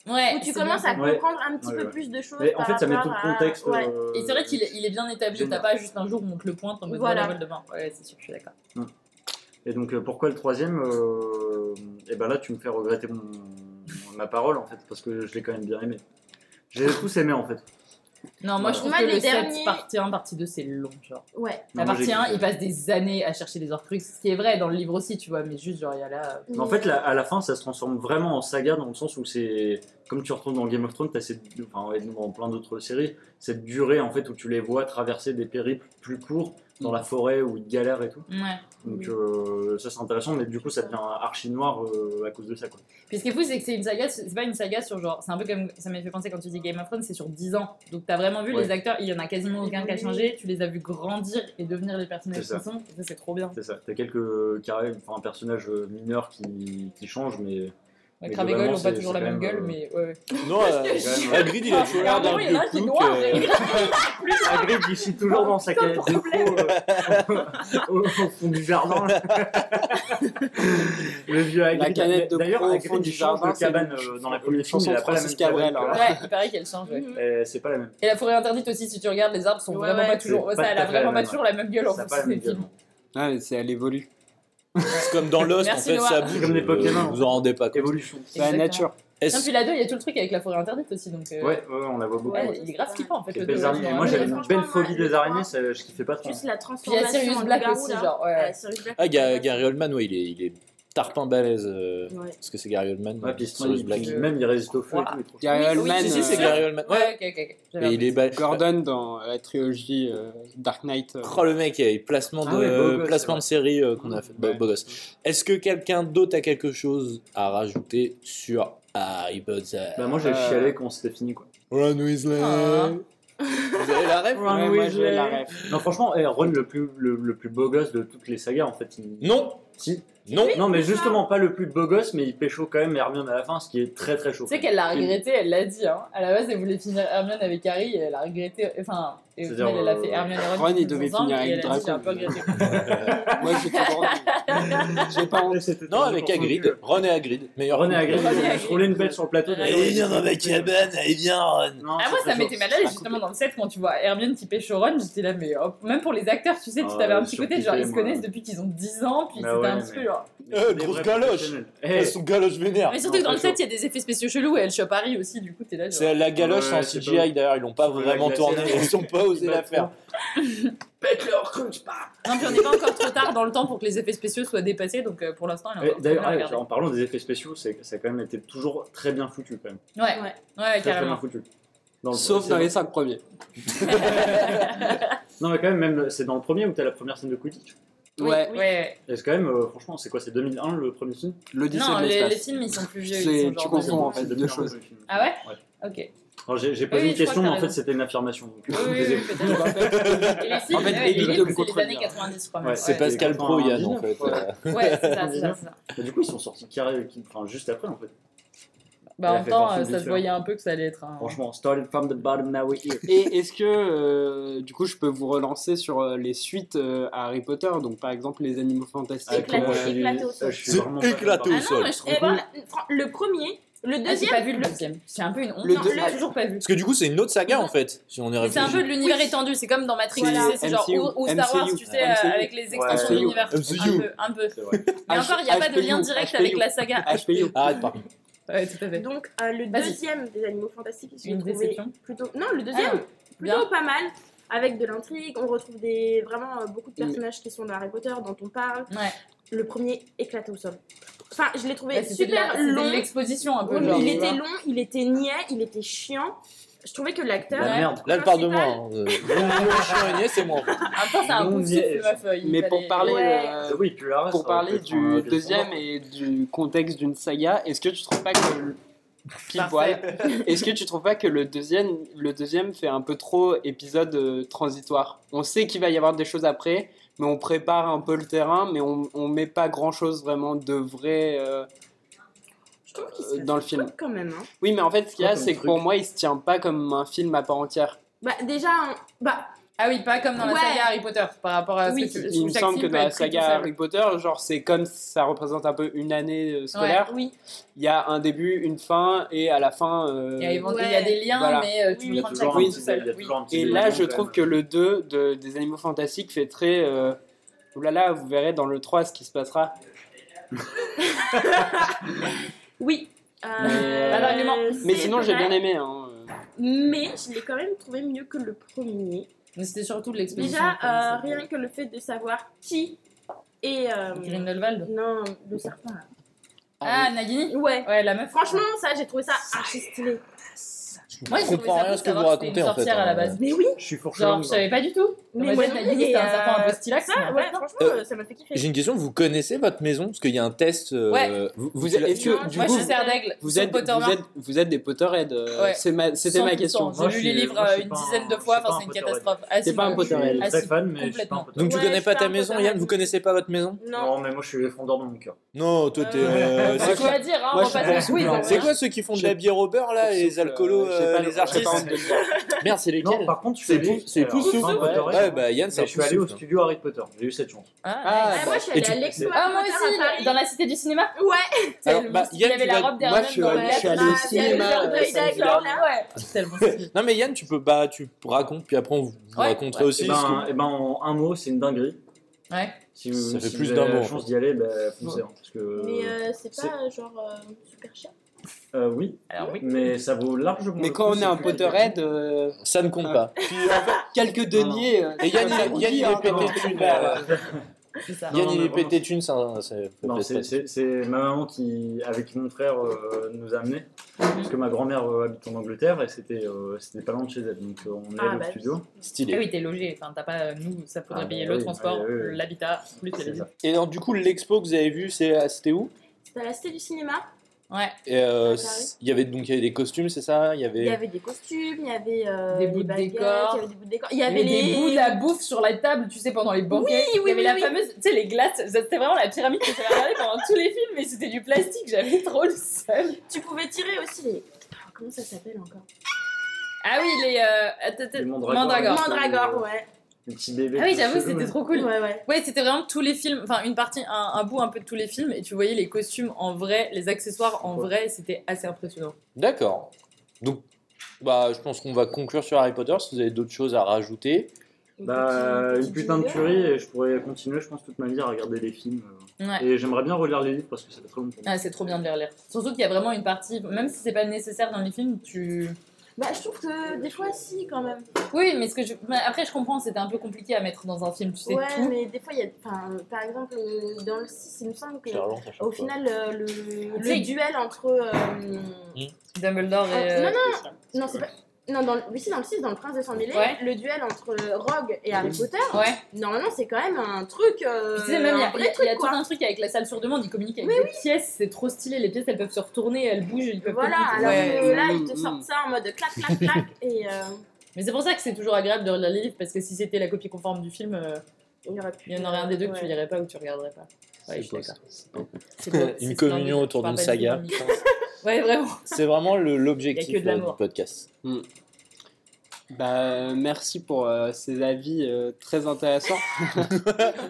Ouais, Où tu c'est commences bien. à Ouais. comprendre un petit Ouais, peu ouais. plus de choses. Mais en par fait, ça met tout rapport le à- contexte. ouais. euh, Et c'est vrai qu'il est, il est bien établi, t'as Génial. pas juste un jour où on te le pointe en mode Voilà. voilà, Voldemort. Ouais, c'est sûr, je suis d'accord. Et donc, euh, pourquoi le troisième Et ben là, tu me fais regretter mon... ma parole en fait, parce que je l'ai quand même bien aimé. J'ai tous aimé en fait. Non, moi Voilà. je trouve Moi, que les le 7, derniers- partie 1, partie 2, c'est long. Genre. Ouais. La Non, moi, partie j'ai- 1, il passe des années à chercher les Horcruxes, ce qui est vrai dans le livre aussi, tu vois, mais juste genre il y a là. euh. Mais en fait, la- à la fin, ça se transforme vraiment en saga dans le sens où c'est comme tu retrouves dans Game of Thrones, t'as cette, enfin, ouais, dans plein d'autres séries, cette durée en fait où tu les vois traverser des périples plus courts dans la forêt où ils galèrent et tout. Ouais. Donc euh, ça c'est intéressant, mais du coup ça devient archi noir euh, à cause de ça quoi. Puis ce qui est fou, c'est que c'est une saga, c'est pas une saga sur genre. C'est un peu comme ça m'a fait penser quand tu dis Game of Thrones, c'est sur 10 ans. Donc t'as vraiment vu Ouais. les acteurs, il y en a quasiment aucun qui a changé, tu les as vus grandir et devenir les personnages C'est ça. qu'ils sont. Ça, c'est trop bien. C'est ça. T'as quelques carrés, enfin un personnage euh, mineur qui, qui change, mais Ouais, Mais Cravegol globalement, ont pas c'est- toujours c'est la même quand même, gueule, euh, mais ouais. ouais. Non, euh, Hagrid, il Ah, a toujours l'air d'un Ah, Il y en a un qui est vieux noir, couple, et- euh, Hagrid il chie toujours dans sa canette de peau, euh, au, au fond du jardin. le vieux Hagrid. La canette de D'ailleurs, peau au Hagrid, fond il du change jardin, de cabane c'est euh, dans la une première chanson chanson. Il de hein. a pas la même Francis Cabrel, cabane que là. Ouais, il paraît qu'elle change, ouais. Mhm. Euh, C'est pas la même. Et la forêt interdite aussi, si tu regardes, les arbres sont Ouais, vraiment ouais. pas toujours. C'est Ça, pas elle tout a à fait vraiment la pas même, toujours la même gueule en Ça a plus. pas la même des films. gueule. Ah, mais c'est- elle évolue. C'est comme dans Lost, Merci, en fait, Noah. ça bouge. Comme des euh, Pokémon. Vous en rendez pas compte. Évolution. C'est la Exactement. nature. Non, Est-ce- puis la 2, il y a tout le truc avec la forêt interdite aussi, donc. euh, Ouais, ouais, on la voit beaucoup. ouais, il est grave flippant en fait. Et le belles deux, araignées. genre, Et moi ouais. j'avais mais une franchement, belle phobie le des trois, araignées, ça, je kiffais pas trop. Juste la Puis il y a transformation. Sirius en Black loup-garou, aussi, là. genre. ouais. Ah, Sirius Black. Ah, Ga- Gary Oldman, ouais, il est, il est tarpin balèze. euh, Ouais. Parce que c'est Gary Oldman. Ouais, puis euh, sinon, Sirius il- Black. puis même il résiste au feu et tout. il est trop Gary Oui, oui, Oldman, Si, Man, si, c'est euh, Gary Oldman. Ouais. Ouais, ok, ok, ok. J'avais Et il est oublié. balèze. Gordon dans la trilogie euh, Dark Knight. euh, Oh, le mec, eh, placement de, Ah ouais, beau gosse, placement de série euh, qu'on a fait. Bah, Ouais. beau gosse. Est-ce que quelqu'un d'autre a quelque chose à rajouter sur Harry Potter Bah moi j'ai Euh. chialé quand c'était fini quoi. Ron Weasley Ah. Vous avez la rêve ouais, moi, j'ai la ref. Non franchement, eh, Ron le plus le, le plus beau gosse de toutes les sagas en fait. Il... Non Si. Non Non mais justement pas le plus beau gosse mais il pécho quand même Hermione à la fin ce qui est très très chaud. Tu sais qu'elle l'a regretté, elle l'a dit. Hein. À la base, elle voulait finir Hermione avec Harry et elle a regretté. Enfin, et au C'est-à-dire, final, elle a fait euh, Hermione et Ron. Ron, il qui sont devait ensemble, finir et avec elle a dit, J'ai un peu Draco. regretté. Moi, j'ai toujours honte. J'ai pas honte. Non, avec Hagrid. Ron et Hagrid. Meilleur Ron et couple. Eh Hagrid, Ron ils et ont Hagrid. se roulaient une bête sur le plateau. Allez, Allez, viens dans ma cabane, allez, viens, Ron Non, Ah, c'est moi, très ça m'était chaud. mal à l'aise justement dans le set quand tu vois Hermione qui pêche Ron. J'étais là, mais hop, même pour les acteurs, tu sais, tu Ah, t'avais un ouais, petit côté, genre ils se surkiffé, moi. connaissent depuis qu'ils ont 10 ans, puis Bah c'était ouais, un petit mais- peu genre. Eh, Des grosse vrais galoche professionnels. Elles Eh, sont galoches vénères Mais surtout non, que dans le c'est set, il y a des effets spéciaux chelous et elle chope Harry aussi, du coup, t'es là, genre. C'est la galoche Ouais, c'est en c'est CGI pas- d'ailleurs, ils l'ont pas c'est pas vraiment glacé, tourné, là. ils ont pas osé la faire. Non, puis on n'est pas encore trop tard dans le temps pour que les effets spéciaux soient dépassés, donc euh, pour l'instant, elle est Eh, encore trop bien D'ailleurs, à ouais, regarder. genre, en parlant des effets spéciaux, c'est- ça a quand même été toujours très bien foutu quand même. Ouais, ouais, ouais, Très, très bien carrément. foutu. Dans le- Sauf c'est- dans les 5 premiers. Non mais quand même, même c'est dans le premier où t'as la première scène de Quidditch. Ouais, Ouais, ouais. Et c'est quand même, euh, franchement, c'est quoi, c'est 2001 le premier film l'Odyssée Non, de les, les l'espace. films ils sont plus vieux. C'est- Ils sont tu genre confonds, de- en fait. C'est deux 2001, choses. le film. Ah ouais Ok. Alors j'ai j'ai Oui, posé je une crois question, mais que t'as en fait raison. c'était une affirmation. donc, Oui, euh, oui, désolé. oui, peut-être. Et les films, En fait, évite de me ouais, les films, c'est les années contredire. 90 quand même. Ouais, C'est ouais, Pascal Pro, Yann en 99, fait. ouais. euh. Ouais, c'est ça, c'est ça, c'est ça. Mais du coup ils sont sortis carré, qui- enfin juste après en fait. Il Bah, en a même fait temps, partie euh, du ça se film. voyait un peu que ça allait être un. Franchement, started from the bottom now we're here. Et est-ce que, euh, du coup, je peux vous relancer sur euh, les suites euh, à Harry Potter Donc, par exemple, les animaux fantastiques. Éclaté, Avec, euh, éclaté au euh, sol. je suis C'est vraiment pas éclaté au Ah fan. non, sol. mais je trouve pas- ben, fran- le premier, le Ah, j'ai deuxième. pas vu le deuxième. C'est un peu une honte. Le Non, deux- je l'ai toujours pas vu. Parce que du coup, c'est une autre saga en fait, si on est Mais C'est un réfléchi. peu de l'univers étendu, c'est comme dans Matrix, Voilà. tu sais, c'est genre MCU, ou, ou Star Wars, tu sais, euh, MCU. avec les extensions Ouais. de l'univers. Un MCU. peu, un peu. C'est vrai. Mais H- encore, il n'y a pas de lien HPU, direct avec la saga. HPU. Arrête par contre. Ouais, tout à fait. Donc euh, le Vas-y. deuxième des animaux fantastiques, je l'ai Une trouvé déception. plutôt. Non, le Ah deuxième, non. plutôt Bien. pas mal, avec de l'intrigue. On retrouve des Mm. vraiment euh, beaucoup de personnages qui sont dans Harry Potter, dont on parle. Ouais. Le premier éclaté au sol. Enfin, je l'ai trouvé Ouais, Bah, c'était de la- super c'était de long. L'exposition un peu. Oui, genre, il tu était vois. long, il était niais, il était chiant. Je trouvais que l'acteur. Ouais. merde. Là, elle parle de moi. hein. Euh, le chien niais, c'est moi. en fait. Bah, En même temps, c'est un Non, coup de mais- souffle, meuf. il Mais fallait- pour parler, Ouais. euh, Oui, puis là, pour parler du deuxième et du contexte d'une saga, est-ce que tu trouves pas que le- pile poil, est-ce que tu trouves pas que le deuxième, le deuxième fait un peu trop épisode euh, transitoire On sait qu'il va y avoir des choses après, mais on prépare un peu le terrain, mais on, on met pas grand chose vraiment de vrai. euh, Je trouve qu'il Euh, se passe dans le des film. trucs quand même. hein. Oui, mais en fait, ce qu'il y a, Quoi comme c'est que truc pour moi, il se tient pas comme un film à part entière. Bah, déjà, on- bah, Ah oui, pas comme dans la Ouais. saga Harry Potter, par rapport à ce Oui, que tu Il me chaque semble que film dans peut la être pris tout saga seul. Harry Potter, genre c'est comme ça représente un peu une année euh, scolaire. oui. Il y a un début, une fin et à la fin. euh, Il y a, évent- Ouais. il y a des liens, Voilà. mais euh, Oui, tu Il y peux a prendre toujours chacun un tout petit- il y a seul. Oui. toujours un petit Et élément, là, je quand trouve même. que le 2 de, des Animaux Fantastiques fait très. Euh, oulala, vous verrez dans le 3 ce qui se passera. oui. Euh, Mais- l'argument. Mais c'est sinon, j'ai vrai, bien aimé. hein, euh. Mais je l'ai quand même trouvé mieux que le premier. Mais c'était surtout de l'exposition. Déjà, comme euh, ça. rien que le fait de savoir qui est. euh, Grindelwald. non, le serpent là. Ah, Ah Nagini Ouais. Ouais, la meuf. Franchement, ça, j'ai trouvé ça archi stylé. moi, je comprends rien à ce que vous racontez en fait. sorcière à la hein. base. Mais oui, Je suis Genre, fourchon. je savais pas du tout. Mais Mais moi, moi non plus, Nagini, c'était et, un serpent un peu euh, stylax. mais ça, en ouais, fait, non. franchement, Euh, euh, ça m'a fait kiffer. J'ai une question, vous connaissez votre maison Parce qu'il y a un test. euh, Ouais. vous, vous- Vous êtes- est-ce que, du Moi, je coup, suis serre d'aigle. vous sur êtes, Pottermore. vous, êtes, vous êtes des Potterheads. euh, Ouais. c'est ma- C'était ma question. 100%. Moi, J'ai je lu les suis- livres moi, je euh, suis une pas un- dizaine de je fois, suis pas enfin, un c'est une Potterhead. catastrophe. Ah, T'es si, pas un moi, Je je- Potterhead. suis Ah, hein. très si, fan, mais je suis pas complètement. un Potterhead. Donc tu Ouais, connais je pas suis ta un maison, Potterhead. Yann Vous connaissez pas votre maison Non. Non, mais moi, je suis fondeur dans mon cœur. Non, toi t'es. euh, C'est c'est quoi quoi à dire, hein, Moi, on je va suis pas un se oui, suppléant. donc, c'est voilà. quoi ceux qui font de Je- la bière au beurre là, les alcoolos, J'ai euh, pas- les j'ai pas honte artistes de le dire. Merde, c'est lesquels Non, par contre, je suis C'est allé- euh, Pou- c'est alors, Poussouf, sans ouais. Potterhead, Ouais, bah Yann, mais c'est un je suis allé au hein. Poussouf, studio Harry Potter. J'ai eu cette chance. Ah, Ah, Ah, moi, je suis Et allée tu- à l'expo Ah, moi aussi, à Paris. dans la cité du cinéma. Ouais. C'est Alors, le- bah, il Yann, avait tu la vas- robe moi, d'Hermione je suis dans allé- le- je suis allé Ah, au c'est cinéma. le euh, jardin samedi d'Agor, dernier. là. Ouais, tellement stylé. Non mais Yann, tu peux bah tu racontes puis après on vous vous Ouais. raconterez Ouais. aussi. Et ce que- ben, eh ben, en un mot, c'est une dinguerie. Ouais. Si vous, Ça fait si plus vous d'un avez la mot, en chance fait. d'y aller, ben, foncez. hein, parce que, Mais euh, c'est C'est- pas euh, genre euh, super cher. euh, oui, Alors oui. mais ça vaut largement. Mais le quand coup, on est c'est un plus- Potterhead, euh, Ça ne compte pas. Puis, en fait, quelques deniers. euh, Et Yann, c'est il- comme ça Yann, il qu'on est dit, pété hein. de thunes. Euh, C'est ça. Non, Yann, non, il mais est vraiment. pété de thunes, ça. c'est- Non, c'est- c'est c'est ma maman qui, avec mon frère, euh, nous a amenés. Parce que ma grand-mère euh, habite en Angleterre et c'était euh, c'était pas loin de chez elle. Donc euh, on est Ah, allé bah, au studio. Ah Stylé. oui, t'es logé. Enfin, t'as pas euh, nous, ça faudrait Ah, payer bah le oui, transport, oui, oui, oui. l'habitat, plus la C'est visite. ça. Et alors du coup l'expo que vous avez vue, c'est- ah, c'était où C'était à la Cité du Cinéma. Ouais. Et, euh, À Paris. Il y avait donc il y avait des costumes, c'est ça Il y Il y avait. avait des costumes, il y avait euh, Des bouts de baguettes, décor. il y avait des bouts de décor. Il y Il y avait les des bouts de la bouffe sur la table, tu sais, pendant les banquets. Oui, oui, Il y avait oui, la oui. fameuse, tu sais, les glaces. C'était vraiment la pyramide que j'avais regardée pendant tous les films, mais c'était du plastique. J'avais trop le seul. Tu pouvais tirer aussi les. Alors, Comment ça s'appelle encore Ah oui, les. euh, attends, attends, Les mandragores. mandragores. Mandragore, ouais. Les petits bébés. Ah oui, tout j'avoue, chelou, c'était là. trop cool. Ouais, ouais. Ouais, c'était vraiment tous les films, enfin une partie, un, un bout un peu de tous les films, et tu voyais les costumes en vrai, les accessoires en Ouais. vrai, c'était assez impressionnant. D'accord. Donc bah je pense qu'on va conclure sur Harry Potter. Si vous avez d'autres choses à rajouter. Bah, petite- une putain de petite tuerie et je pourrais continuer, je pense, toute ma vie à regarder des films. euh. Ouais. Et j'aimerais bien relire les livres parce que ça fait très longtemps. Ah, c'est trop bien de les relire. Surtout qu'il y a vraiment une partie, même si c'est pas nécessaire dans les films, tu. Bah, je trouve que des fois, si, quand même. Oui, mais ce que je. mais après, je comprends, c'était un peu compliqué à mettre dans un film, tu sais Ouais, tout. mais des fois, il y a. Enfin, par exemple, euh, dans le 6, il me semble que. Je la relance à chaque Au fois. final, euh, le, Tu sais- le duel entre. euh, Dumbledore et. Ah, non, euh, Non, c'est pas. Non, dans le, oui, si, dans le 6, dans le Prince de sang mêlé Ouais. le duel entre euh, Rogue et Harry Potter, Ouais. normalement c'est quand même un truc. euh, Tu sais, même, il y un a, vrai il y a- il truc, y a tout quoi. un truc avec la salle sur demande, ils communiquent avec les pièces, c'est trop stylé, les pièces elles peuvent se retourner, elles bougent, ils peuvent Voilà, alors communiquer. Ouais. que là ils te Mm, sortent mm. ça en mode clac, clac, clac. et euh, Mais c'est pour ça que c'est toujours agréable de relire les livres, parce que si c'était la copie conforme du film, euh, il y aurait pu. il y en aurait un des deux que Ouais. tu lirais pas ou tu regarderais pas. Ouais, je suis beau, d'accord. c'est beau. C'est beau, c'est Une communion splendide. autour Je parle d'une pas du saga. film, mais- Ouais, vraiment. C'est vraiment le- Il y a l'objectif que de euh, l'amour. du podcast. Bah, merci pour euh, ces avis euh, très intéressants.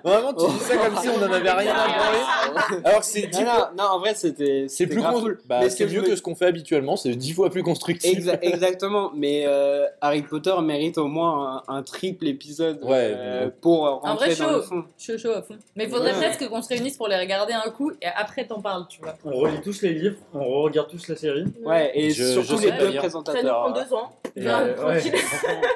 Vraiment, tu dis ça comme si on en avait rien à parler. Alors que c'est Non, dix- non, non, en vrai, c'était. c'est c'était plus Ah, grave con- cool. bah, Mais ce c'est que je mieux me- que ce qu'on fait habituellement. C'est dix fois plus constructif. Exa- exactement, mais euh, Harry Potter mérite au moins un, un triple épisode Ouais, euh, mais- pour Un vrai rentrer dans show. le fond. Chaud, chaud à fond. Mais il faudrait Ouais. presque qu'on se réunisse pour les regarder un coup et après t'en parles, tu vois. On relit tous les livres, on regarde tous la série. Ouais, et Je- surtout je sais les pas deux dire. Ça nous présentateurs. hein. prend deux ans. Et, Grave, euh, ouais. tranquille.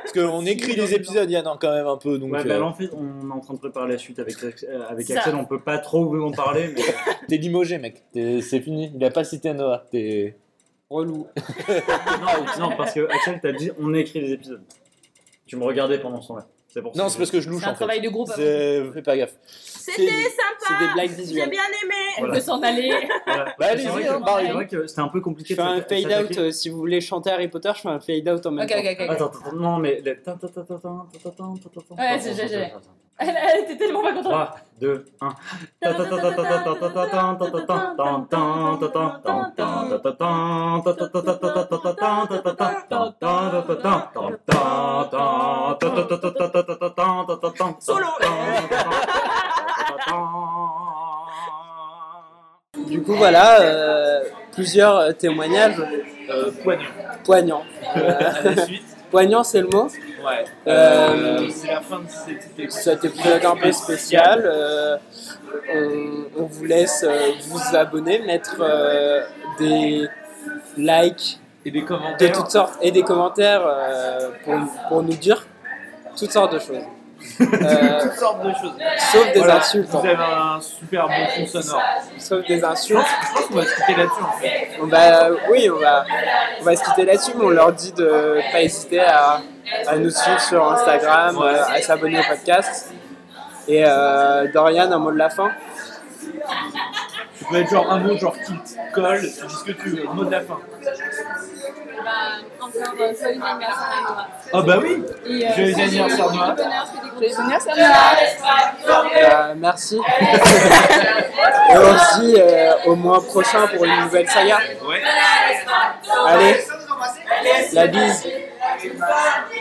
Parce qu'on écrit les épisodes, Yann, hein, quand même un peu. Donc, Ouais, euh, bah, là, en fait, on est en train de préparer la suite avec, euh, avec Ça. Axel, on peut pas trop en parler, mais t'es limogé, mec. T'es- C'est fini. Il a pas cité Noah. T'es. Relou. non, non, parce que Axel, t'as dit on écrit les épisodes. Tu me regardais pendant ce temps-là. C'est pour ça. Non, c'est parce que je louche C'est un en fait. travail de groupe. hein. avant. C'est- Fais pas gaffe. C'était C'est des sympa. blagues J'ai visuelles. bien aimé. Elle peut s'en aller. Voilà. Bah, C'est allez-y, vrai hein, que- Barry. c'est vrai que c'était un peu Je compliqué. fais un de s'attaquer- fade-out. euh, si vous voulez chanter Harry Potter, je fais un fade-out en même Ok, temps. ok, ok. Attends, attends, attends, non, mais. le- tin, tin, tin, tin, tin, tin, tin, tin, tin, Ouais, tin, c'est- tin, j'ai- tin, j'ai. tin, tin. Elle, elle était tellement pas contente. 3, 2, 1. Solo. Du coup, voilà, euh, plusieurs témoignages Euh, poignants. Poignant, c'est le mot Ouais. Euh, Euh, c'est la fin de cette épisode. cet épisode un peu spécial. euh, on, on vous laisse euh, vous abonner, mettre euh, des likes Et des de commentaires. toutes sortes et des commentaires euh, pour, pour nous dire toutes sortes de choses. Euh, Toutes sortes de choses. sauf des Voilà, insultes. Vous hein. avez un super bon fond sonore. Sauf des insultes. Je pense qu'on va se quitter là-dessus en fait. On va, oui, on va, on va se quitter là-dessus, mais on leur dit de pas hésiter à, à nous suivre sur Instagram, Ouais. euh, à s'abonner au podcast. Et euh, Dorian, un mot de la fin Tu peux être genre un mot genre quitte, colle, tu dis ce que tu veux, le mot de la fin. Ah bah oui Joyeux anniversaire Noah Ah, Euh, merci. Et on se dit euh, au mois prochain pour une nouvelle saga. Ouais. Allez, la bise. Allez,